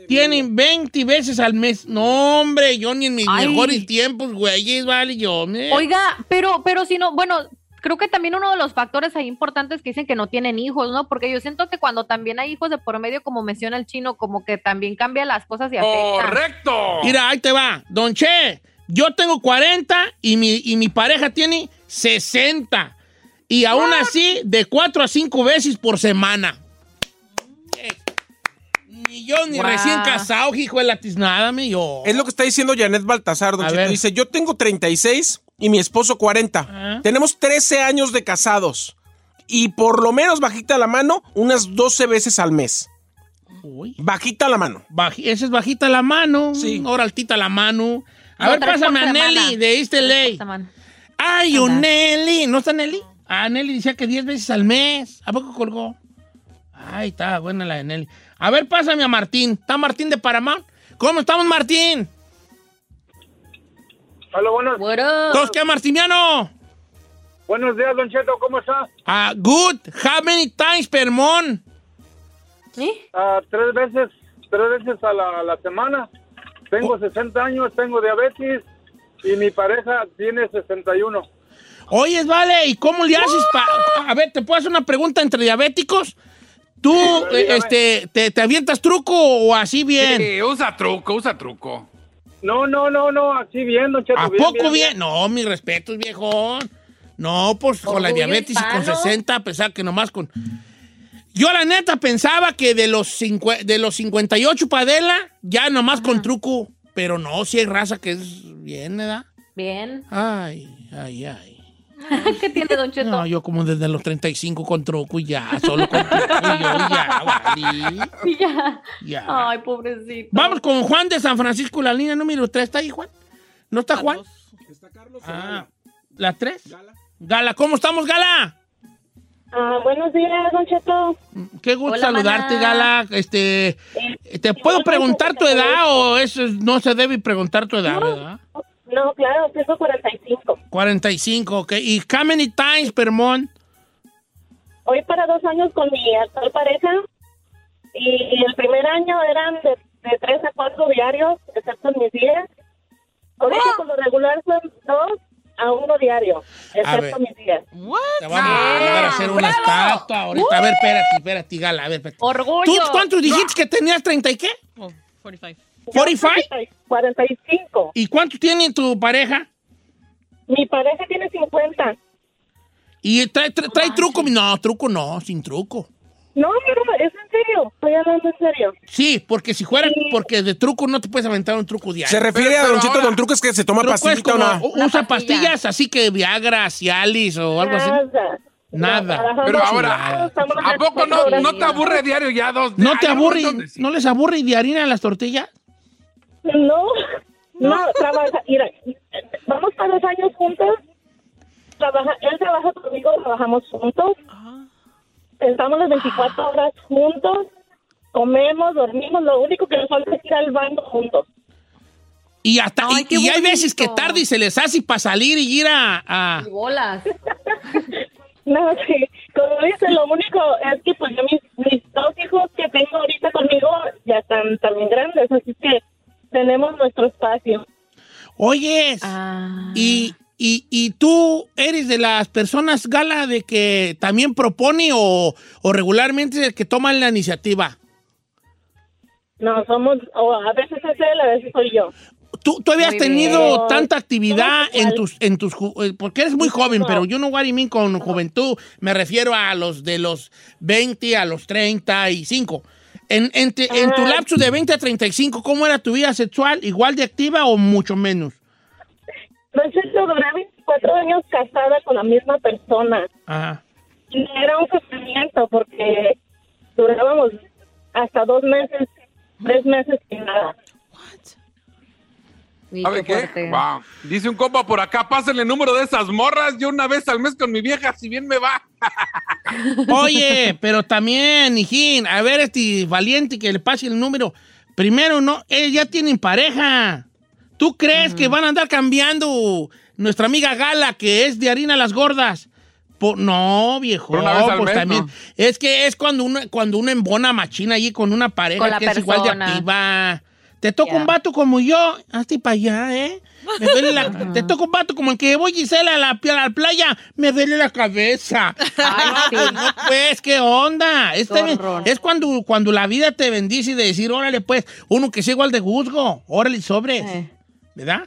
Speaker 2: tienen 20 veces al mes. No, hombre, yo ni en mis
Speaker 4: Ay.
Speaker 2: mejores tiempos, güeyes, vale, yo. me-
Speaker 4: Oiga, pero, pero si no, bueno, creo que también uno de los factores ahí importantes que dicen que no tienen hijos, ¿no? Porque yo siento que cuando también hay hijos de por medio, como menciona el chino, como que también cambia las cosas y afecta.
Speaker 16: ¡Correcto!
Speaker 2: Mira, ahí te va. Don Che, yo tengo 40 y mi, y mi pareja tiene 60. Y aún así, de 4 a 5 veces por semana. Ni yo, ni
Speaker 10: Guau.
Speaker 2: recién casado, hijo de la tiznada, mi yo.
Speaker 10: Es lo que está diciendo Janet Baltasar, don
Speaker 2: A
Speaker 10: Cheto.
Speaker 2: ver.
Speaker 10: Dice, yo tengo 36 y mi esposo 40.
Speaker 2: Ajá.
Speaker 10: Tenemos 13 años de casados y por lo menos bajita la mano unas 12 veces al mes.
Speaker 2: Uy.
Speaker 10: Bajita la mano.
Speaker 2: Baj- esa es bajita la mano. Ahora altita la mano. A
Speaker 10: No,
Speaker 2: ver,
Speaker 10: tres por
Speaker 2: pásame a
Speaker 10: semana.
Speaker 2: Nelly de East Ley. Ay, un Nelly. ¿No está Nelly? Ah, Nelly decía que 10 veces al mes. ¿A poco colgó? Ay, está buena la de Nelly. A ver, pásame a Martín. ¿Está Martín de Paramount? ¿Cómo estamos, Martín?
Speaker 6: Hola, buenos.
Speaker 2: ¿Todos qué, Martiniano?
Speaker 6: Buenos días, Don Cheto, ¿cómo está?
Speaker 2: Ah, good. How many times per month?
Speaker 6: Ah, tres veces, tres veces a la, a la semana. Tengo 60 años, tengo diabetes y mi pareja tiene 61.
Speaker 2: Oye, vale, ¿y cómo le haces pa- A ver, ¿te puedo hacer una pregunta entre diabéticos? ¿Tú eh,
Speaker 16: dígame.
Speaker 2: este, te, te avientas truco o así bien?
Speaker 16: Sí, usa truco, usa truco.
Speaker 6: No, no, no, no, así bien, Don Cheto.
Speaker 2: ¿A poco bien, No, mis respetos, viejón. No, pues con la
Speaker 6: Orgullo
Speaker 2: diabetes y con
Speaker 6: hispano.
Speaker 2: 60, a pesar que nomás con... Yo la neta pensaba que de los, cincu- de los 58 padela, ya nomás con truco. Pero no, si hay raza que es bien, ¿verdad?
Speaker 4: Bien.
Speaker 2: Ay, ay, ay.
Speaker 4: ¿Qué tiene Don Cheto?
Speaker 2: No, yo como desde los 35 con truco y ya, solo con truco y yo ya, valí,
Speaker 4: Ya.
Speaker 2: ya.
Speaker 4: Ay, pobrecito.
Speaker 2: Vamos con Juan de San Francisco, la línea número 3. ¿Está ahí, Juan? ¿No está Juan? Está Carlos. Ah, ¿la 3? Gala. Gala, ¿cómo estamos, Gala?
Speaker 17: Ah, buenos días, Don Cheto.
Speaker 2: Qué gusto
Speaker 17: Hola,
Speaker 2: saludarte,
Speaker 17: mana.
Speaker 2: Gala. Este,
Speaker 4: Eh,
Speaker 2: ¿Te puedo preguntar tu edad o eso no se debe preguntar tu edad, verdad?
Speaker 17: No, claro, tengo 45.
Speaker 2: 45, ok. ¿Y how many times per month?
Speaker 17: Hoy para dos años con mi actual pareja. Y el primer año eran de, de tres a cuatro diarios, excepto en mis días. Ahorita por lo regular son dos a uno diario,
Speaker 2: ver.
Speaker 17: excepto mis días.
Speaker 2: Te vamos a
Speaker 18: Ah,
Speaker 2: mandar Ah, a hacer una estatua ahorita. A ver, espérate, espérate, Gala, a ver, espérate.
Speaker 17: Orgullo.
Speaker 2: ¿Tú cuántos dijiste que tenías? ¿30 y qué?
Speaker 5: 45.
Speaker 2: 45.
Speaker 17: 45.
Speaker 2: ¿Y cuánto tiene tu pareja?
Speaker 17: Mi pareja tiene 50.
Speaker 2: ¿Y trae, trae- trae truco? No, truco no, sin truco.
Speaker 17: No, no, es en serio, estoy hablando en serio.
Speaker 2: Sí, porque si fuera, porque de truco no te puedes aventar un truco diario.
Speaker 19: Se refiere a Don Cheto, Don Truco es que se toma
Speaker 2: Truco es
Speaker 19: pastillita o
Speaker 2: pues, como-
Speaker 19: no.
Speaker 2: u- Usa pastillas así que Viagra, Cialis o algo así.
Speaker 17: Nada.
Speaker 2: Nada.
Speaker 18: Pero ahora,
Speaker 2: Chulada.
Speaker 18: ¿a poco no, no te aburre diario ya dos?
Speaker 2: ¿No
Speaker 18: Ay,
Speaker 2: te
Speaker 18: un
Speaker 2: aburre,
Speaker 18: montón de-
Speaker 2: no les aburre de harina las tortillas?
Speaker 17: No, no, trabaja, mira, vamos para dos años juntos, trabaja, él trabaja conmigo, trabajamos juntos, estamos las 24 horas juntos, comemos, dormimos, lo único que nos falta es ir al baño juntos.
Speaker 2: Y hasta y, y hay veces que tarde y se les hace para salir y ir a, a-
Speaker 17: Ah. bolas. no, sí, como dice, lo único es que pues yo mis, mis dos hijos que tengo ahorita conmigo ya están también grandes, así que tenemos nuestro espacio.
Speaker 2: Oyes.
Speaker 17: Ah.
Speaker 2: Y, y, y tú eres de las personas, Gala, de que también propone o, o regularmente es el que toma la iniciativa.
Speaker 17: No, somos, o a veces es él, a veces soy yo.
Speaker 2: ¿Tú, tú habías
Speaker 17: Muy
Speaker 2: tenido
Speaker 17: bien.
Speaker 2: tanta actividad en tus, en tus, ju- eh, porque eres muy joven, pero yo no know what I mean con juventud, me refiero a los de los 20 a los 35. En, en, te- en
Speaker 17: Ah.
Speaker 2: tu lapso de 20 a 35, ¿cómo era tu vida sexual? ¿Igual de activa o mucho menos?
Speaker 17: Entonces logré 24 años casada con la misma persona.
Speaker 2: Ajá.
Speaker 17: Y era un sufrimiento porque durábamos hasta dos meses, tres meses sin nada.
Speaker 18: ¿Sabe qué? Wow. Dice un compa por acá, pásenle el número de esas morras. Yo una vez al mes con mi vieja, si bien me va.
Speaker 2: Oye, pero también, hijín, a ver este valiente que le pase el número. Primero, no, eh, ya tienen pareja. ¿Tú crees que van a andar cambiando nuestra amiga Gala, que es de harina las gordas? Por- no, viejo.
Speaker 18: Por una vez al
Speaker 2: pues
Speaker 18: mes,
Speaker 2: también.
Speaker 18: ¿no?
Speaker 2: Es que es cuando uno, cuando uno embona machina allí con una pareja
Speaker 4: Con la
Speaker 2: que es igual de
Speaker 4: persona.
Speaker 2: activa. Te toca un vato como yo, hazte para allá, ¿eh? Me duele la- te toca un vato como el que voy Gisela a la, a la playa, me duele la cabeza. No, pues, no, pues, ¿qué onda? Es, también- es cuando, cuando la vida te bendice y de decir, órale, pues, uno que sea igual de juzgo, órale, sobres.
Speaker 18: Eh.
Speaker 2: ¿Verdad?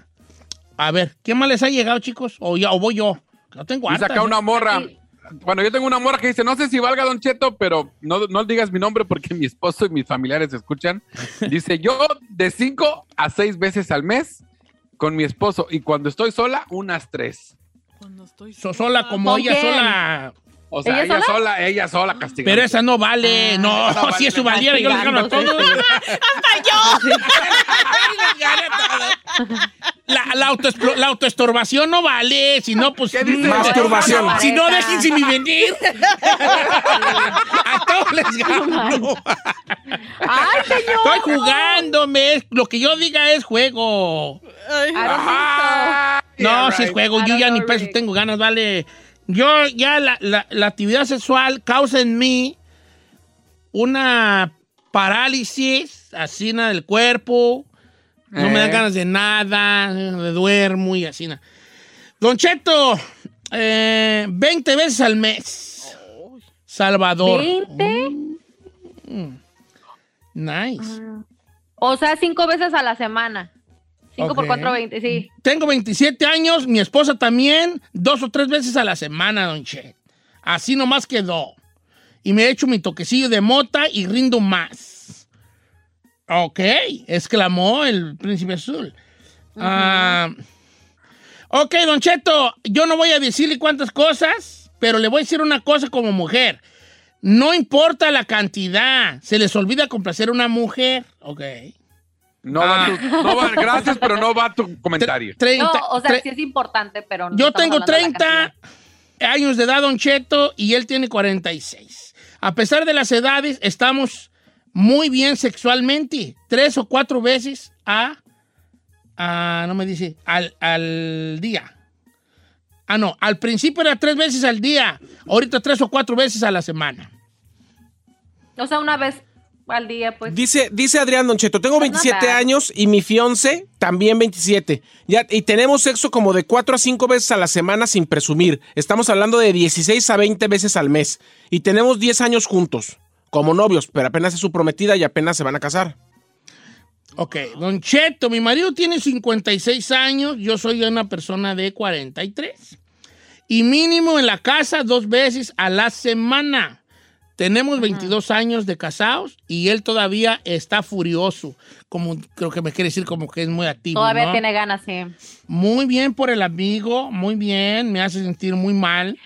Speaker 2: A ver, ¿qué más les ha llegado, chicos? O, ya, o voy yo. No tengo
Speaker 18: Y
Speaker 2: hartas,
Speaker 18: saca
Speaker 2: ¿eh?
Speaker 18: una morra. Bueno, yo tengo una morra que dice, no sé si valga Don Cheto, pero no, no digas mi nombre porque mi esposo y mis familiares escuchan. Dice, yo de cinco a seis veces al mes con mi esposo y cuando estoy sola, unas tres.
Speaker 2: So- sola como
Speaker 18: ¿Con
Speaker 2: ella
Speaker 18: quién?
Speaker 2: sola.
Speaker 18: O sea, ella, sola? ella sola castigada.
Speaker 2: Ah. Pero esa no vale. no, si eso valiera, yo les gano a todos. La, la autoexplo- la autoestorbación no vale. Si no, pues.
Speaker 19: Masturbación.
Speaker 2: Si no, dejen sin mi venir. a todos les gano.
Speaker 5: Ay, señor.
Speaker 2: Estoy jugándome. es- Lo que yo diga es juego. No,
Speaker 18: Yeah,
Speaker 2: si es
Speaker 18: right.
Speaker 2: juego.
Speaker 18: I
Speaker 2: Yo
Speaker 18: don't
Speaker 2: ya ni
Speaker 18: know,
Speaker 2: peso
Speaker 18: Rick.
Speaker 2: tengo ganas, vale. Yo ya la, la- la actividad sexual causa en mí una parálisis así na, del cuerpo. No me dan
Speaker 18: Eh.
Speaker 2: ganas de nada, me duermo y así. na. Don Cheto, eh, 20 veces al mes. Salvador. Mm.
Speaker 20: ¿20?
Speaker 18: Ah,
Speaker 2: Nice.
Speaker 20: O sea, cinco veces a la semana. Cinco por
Speaker 2: Ok.
Speaker 20: cuatro, veinte, sí.
Speaker 2: Tengo 27 años, mi esposa también, dos o tres veces a la semana, don Che. Así nomás quedó. Y me echo mi toquecillo de mota y rindo más. Ok, exclamó el príncipe azul. Ah, ok, don Cheto, yo no voy a decirle cuántas cosas, pero le voy a decir una cosa como mujer. No importa la cantidad, se les olvida complacer a una mujer. Ok.
Speaker 18: No
Speaker 2: Ah.
Speaker 18: va tu- no va- gracias, pero no va tu comentario.
Speaker 2: Treinta-
Speaker 20: No, o sea,
Speaker 2: tre-
Speaker 20: sí es importante, pero no
Speaker 2: Yo
Speaker 20: estamos
Speaker 2: tengo
Speaker 20: hablando de la
Speaker 2: 30. años de edad, Don Cheto, y él tiene 46. A pesar de las edades, estamos muy bien sexualmente. Tres o cuatro veces a. a- no me dice. Al, al día. Ah, no. Al principio era tres veces al día. Ahorita tres o cuatro veces a la semana.
Speaker 4: O sea, una vez al día, pues.
Speaker 10: Dice, dice Adrián Doncheto, tengo
Speaker 4: Pues no
Speaker 10: 27
Speaker 4: bad.
Speaker 10: años y mi fiance también 27. Ya, y tenemos sexo como de 4 a 5 veces a la semana sin presumir. Estamos hablando de 16 a 20 veces al mes. Y tenemos 10 años juntos, como novios, pero apenas es su prometida y apenas se van a casar.
Speaker 2: Ok, Don Cheto, mi marido tiene 56 años, yo soy una persona de 43. Y mínimo en la casa dos veces a la semana. Tenemos 22 años de casados y él todavía está furioso. Como creo que me quiere decir como que es muy activo.
Speaker 4: Todavía
Speaker 2: ¿no?
Speaker 4: tiene ganas, sí.
Speaker 2: Muy bien por el amigo, muy bien, me hace sentir muy mal.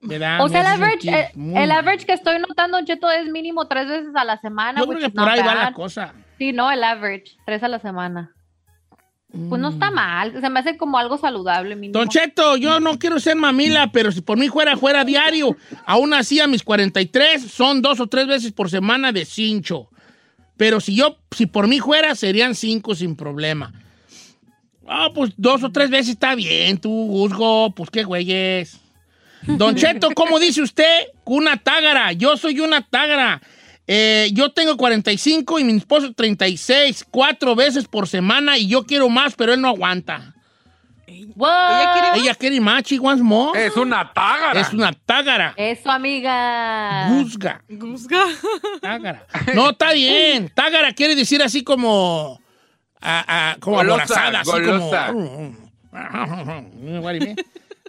Speaker 2: ¿verdad?
Speaker 4: o
Speaker 2: Me
Speaker 4: sea, el
Speaker 2: hace
Speaker 4: average,
Speaker 2: sentir
Speaker 4: eh,
Speaker 2: muy
Speaker 4: el
Speaker 2: mal.
Speaker 4: average que estoy notando, Don Cheto, es mínimo tres veces a la semana.
Speaker 2: Yo
Speaker 4: which
Speaker 2: creo
Speaker 4: is
Speaker 2: que por
Speaker 4: not
Speaker 2: ahí va la
Speaker 4: bad.
Speaker 2: cosa.
Speaker 4: Sí, no, el average, tres a la semana. Pues no
Speaker 2: Mm.
Speaker 4: está mal, se me hace como algo saludable mínimo.
Speaker 2: Don Cheto, yo no quiero ser mamila, pero si por mí fuera, fuera diario. Aún así, a mis 43 son dos o tres veces por semana de cincho. Pero si yo, si por mí fuera, serían cinco sin problema. Ah, pues dos o tres veces está bien, tú, Guzgo, pues qué güeyes. Don Cheto, ¿cómo dice usted? Una tágara, yo soy una tágara. Eh, yo tengo 45 y mi esposo 36, cuatro veces por semana y yo quiero más, pero él no aguanta.
Speaker 4: Ella quiere
Speaker 2: Ella quiere machi once more.
Speaker 6: Es una tágara.
Speaker 2: Es una tágara.
Speaker 4: Eso, amiga.
Speaker 2: Guzga. Tágara. No, está bien. Tágara quiere decir así como. a- a- como
Speaker 6: Golosa,
Speaker 2: aborazada, así
Speaker 6: golosa.
Speaker 2: como. uh, What do you mean?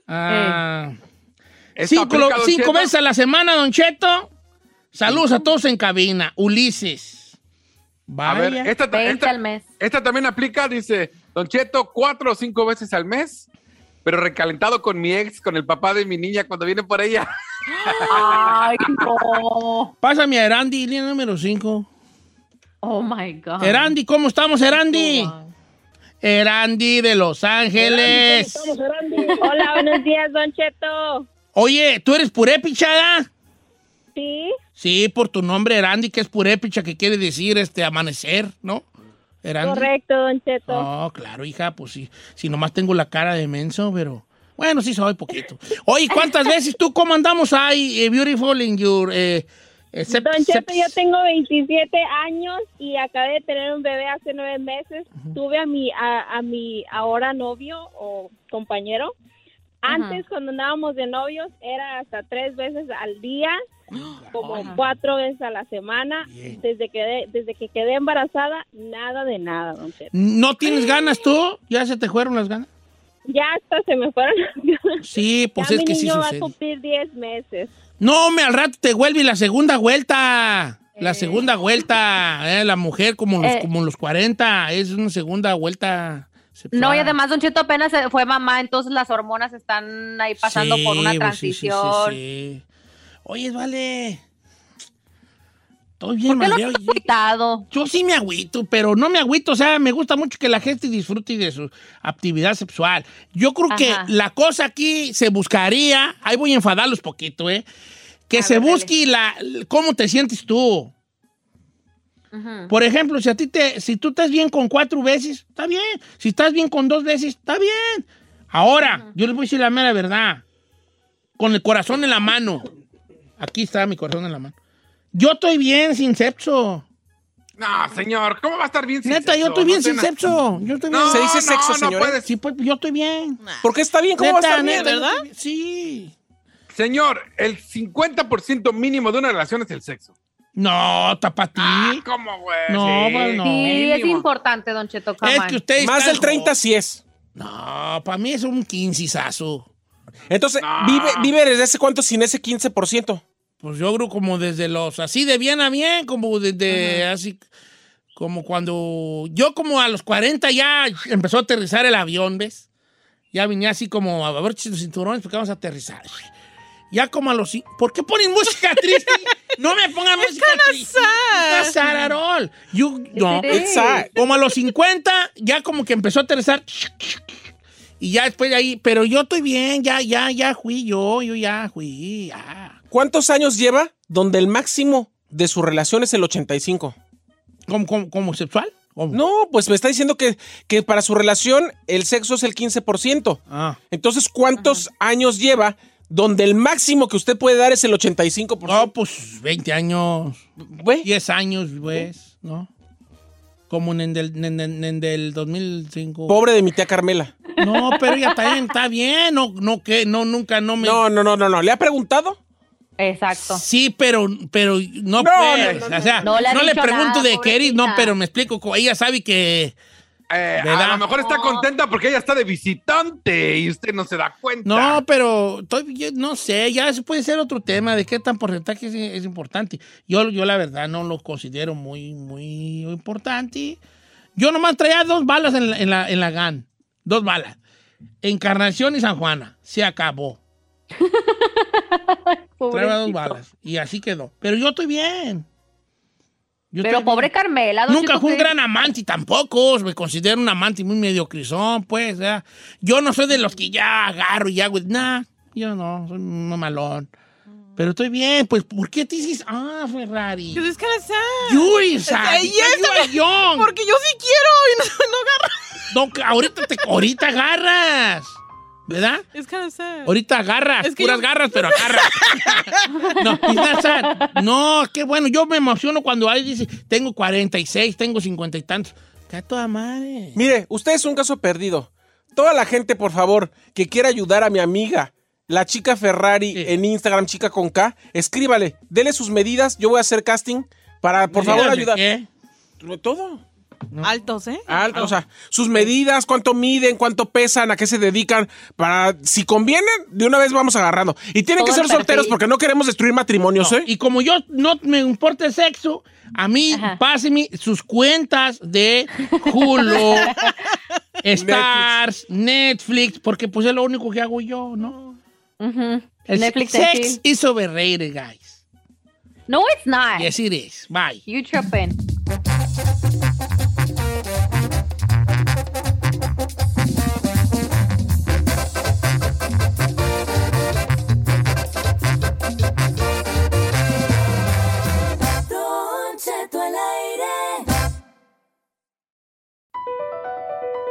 Speaker 2: Ah,
Speaker 6: Esta
Speaker 2: cinco
Speaker 6: aplica, Don
Speaker 2: cinco
Speaker 6: Cheto.
Speaker 2: veces a la semana, Don Cheto. Saludos a todos en cabina. Ulises.
Speaker 6: A
Speaker 2: Vaya.
Speaker 6: ver, esta, ta- esta- esta también aplica, dice Don Cheto, cuatro o cinco veces al mes, pero recalentado con mi ex, con el papá de mi niña cuando viene por ella.
Speaker 4: Ay, no.
Speaker 2: Pásame a Erandi, línea número 5.
Speaker 4: Oh my God.
Speaker 2: Erandi, ¿cómo estamos, Erandi? Erandi de Los Ángeles.
Speaker 19: Hola, buenos días, Don Cheto.
Speaker 2: Oye, ¿tú eres purépichada?
Speaker 19: Sí,
Speaker 2: Sí, por tu nombre, Erandi, que es purépicha, que quiere decir este amanecer, ¿no? Erandi.
Speaker 19: correcto, Don Cheto.
Speaker 2: Oh, claro, hija, pues sí. Si nomás tengo la cara de menso, pero. Bueno, sí soy poquito. Oye, ¿cuántas veces tú cómo andamos ahí, eh, Beautiful in your. eh, eh, sep-
Speaker 19: Don Cheto,
Speaker 2: sep-
Speaker 19: yo tengo 27 años y acabé de tener un bebé hace nueve meses. Tuve a mi, a, a mi ahora novio o compañero. Antes, cuando andábamos de novios, era hasta tres veces al día, como cuatro veces a la semana. Desde que, desde que quedé embarazada, nada de nada, Don Cheto.
Speaker 2: ¿No tienes ganas tú? ¿Ya se te fueron las ganas?
Speaker 19: Ya hasta se me fueron.
Speaker 2: Sí, pues
Speaker 19: ya
Speaker 2: es
Speaker 19: mi
Speaker 2: que sí
Speaker 19: niño va a
Speaker 2: sucede.
Speaker 19: cumplir 10 meses.
Speaker 2: No, me al rato te vuelve la segunda vuelta. La segunda vuelta. eh, la mujer como los,
Speaker 4: Eh.
Speaker 2: como los 40. Es una segunda vuelta. sexual.
Speaker 4: No, y además Don Cheto apenas eh, fue mamá, entonces las hormonas están ahí pasando por una
Speaker 2: Sí, pues, sí, sí, sí,
Speaker 4: transición.
Speaker 2: sí. Oye, vale.
Speaker 4: ¿Por
Speaker 2: Estoy bien
Speaker 4: qué lo
Speaker 2: madreado.
Speaker 4: has agüitado?
Speaker 2: Yo sí me agüito, pero no me agüito. O sea, me gusta mucho que la gente disfrute de su actividad sexual. Yo creo que
Speaker 19: Ajá.
Speaker 2: la cosa aquí se buscaría, ahí voy a enfadarlos poquito, ¿eh? Que se busque la, cómo te sientes tú. Por ejemplo, si a ti te, si tú estás bien con cuatro veces, está bien. Si estás bien con dos veces, está bien. Ahora, yo les voy a decir la mera verdad. Con el corazón en la mano. Aquí está mi corazón en la mano. Yo estoy bien sin sexo.
Speaker 6: No, Ah, señor, ¿cómo va a estar bien sin
Speaker 2: Neta, yo
Speaker 6: sexo?
Speaker 2: estoy
Speaker 6: No
Speaker 2: bien sin
Speaker 6: tiene-
Speaker 2: sexo. Yo estoy
Speaker 6: No,
Speaker 2: bien.
Speaker 6: Se dice no, sexo, no señores. puedes.
Speaker 2: Sí, pues yo estoy bien.
Speaker 10: ¿Por qué está bien? ¿Cómo
Speaker 2: Neta,
Speaker 10: va a estar bien,
Speaker 2: neta,
Speaker 10: verdad?
Speaker 2: yo estoy bien. Sí.
Speaker 6: Señor, el 50% mínimo de una relación es el sexo.
Speaker 2: No, tapatí.
Speaker 10: Ah.
Speaker 6: ¿Cómo, güey?
Speaker 2: No, pues no.
Speaker 4: Sí, es importante, Don Cheto. come
Speaker 2: Es
Speaker 4: on.
Speaker 2: que ustedes
Speaker 10: Más
Speaker 2: están
Speaker 10: del 30 sí es.
Speaker 2: No, para mí es un 15
Speaker 10: Entonces, vive, vive desde hace cuánto sin ese 15%.
Speaker 2: Pues yo creo como desde los, así de bien a bien, como desde así, como cuando, yo como a los 40 ya empezó a aterrizar el avión, ¿ves? Ya venía así como, a ver, los cinturones, porque vamos a aterrizar. Ya como a los, cin- ¿por qué ponen música triste? No me pongan música triste.
Speaker 21: sad.
Speaker 2: It's not sad at all. You, no,
Speaker 21: It is. It's sad.
Speaker 2: como a los 50, ya como que empezó a aterrizar. Y ya después de ahí, pero yo estoy bien, ya, ya, ya fui yo, yo ya fui, ya.
Speaker 10: ¿Cuántos años lleva donde el máximo de su relación es el 85?
Speaker 2: ¿Como, sexual?
Speaker 10: No, pues me está diciendo que, que para su relación el sexo es el 15%.
Speaker 2: Ah.
Speaker 10: Entonces, ¿cuántos años lleva donde el máximo que usted puede dar es el 85%? No,
Speaker 2: pues 20 años, 10 años, pues, ¿no? Como en el, en el- en el 2005.
Speaker 10: Pobre de mi tía Carmela.
Speaker 2: No, pero ya está bien, está bien. No, no, que, no, nunca, no me. No,
Speaker 10: no, no, no, no. ¿Le ha preguntado?
Speaker 4: Exacto.
Speaker 2: Sí, pero, pero
Speaker 4: No,
Speaker 2: no, pues.
Speaker 4: no, no,
Speaker 2: o sea,
Speaker 4: no. No
Speaker 2: no
Speaker 4: le ha
Speaker 2: le,
Speaker 4: dicho
Speaker 2: pregunto
Speaker 4: nada,
Speaker 2: de qué eres, no,
Speaker 4: pobrecita.
Speaker 2: pero me explico. co- Ella sabe que.
Speaker 6: Eh, a
Speaker 2: ¿Verdad?
Speaker 6: lo mejor está contenta porque ella está de visitante y usted no se da cuenta.
Speaker 2: No, pero estoy- yo no sé, ya eso puede ser otro tema de qué tan porcentaje es, es importante. Yo, yo la verdad no lo considero muy, muy importante. Yo nomás traía dos balas en la, en la, en la GAN, dos balas. Encarnación y San Juana, se acabó. Traía dos balas y así quedó. Pero yo estoy bien. Yo
Speaker 4: Pero
Speaker 2: estoy
Speaker 4: pobre
Speaker 2: bien.
Speaker 4: Carmela. don
Speaker 2: Nunca
Speaker 4: Cheto,
Speaker 2: fui un
Speaker 4: que-
Speaker 2: gran amante tampoco. Me considero un amante muy mediocrizón, pues. o sea, Yo no soy de los que ya agarro y hago. Nah, yo no, soy un mamalón. Pero estoy bien, pues, ¿por qué te dices, ah, Ferrari?
Speaker 5: Because it's kinda sad.
Speaker 2: You're sad,
Speaker 5: Eh,
Speaker 2: because
Speaker 5: yes,
Speaker 2: you are young.
Speaker 5: Porque yo sí quiero y no, no agarro.
Speaker 2: No, que ahorita, te, ahorita agarras, ¿verdad?
Speaker 5: It's kinda sad.
Speaker 2: Ahorita agarras,
Speaker 5: Es que
Speaker 2: puras
Speaker 5: yo-
Speaker 2: garras, pero agarras. no, it's not sad. no, qué bueno. Yo me emociono cuando alguien dice, tengo 46, tengo 50 y tantos. Está toda madre.
Speaker 10: Mire, usted es un caso perdido. Toda la gente, por favor, que quiera ayudar a mi amiga, la chica Ferrari, en Instagram, chica con K, escríbale, dele sus medidas, yo voy a hacer casting para, por favor,
Speaker 2: ¿Medidas de
Speaker 10: ayudar.
Speaker 2: qué?
Speaker 10: Todo.
Speaker 5: Altos, ¿eh?
Speaker 10: Alto, o sea, sus medidas, cuánto miden, cuánto pesan, a qué se dedican, para si convienen, de una vez vamos agarrando. Y tienen que
Speaker 2: Todo
Speaker 10: ser
Speaker 2: el perfil.
Speaker 10: solteros porque no queremos destruir matrimonios, ¿eh?
Speaker 2: Y como yo no me importa el sexo, a mí páseme sus cuentas de Hulu, Stars, Netflix. porque pues es lo único que hago yo, ¿no? El
Speaker 4: Netflix and
Speaker 2: sex
Speaker 4: chill.
Speaker 2: is overrated, guys.
Speaker 4: No, it's not.
Speaker 2: Yes, it is. Bye.
Speaker 4: You tripping.
Speaker 22: Don Cheto al aire.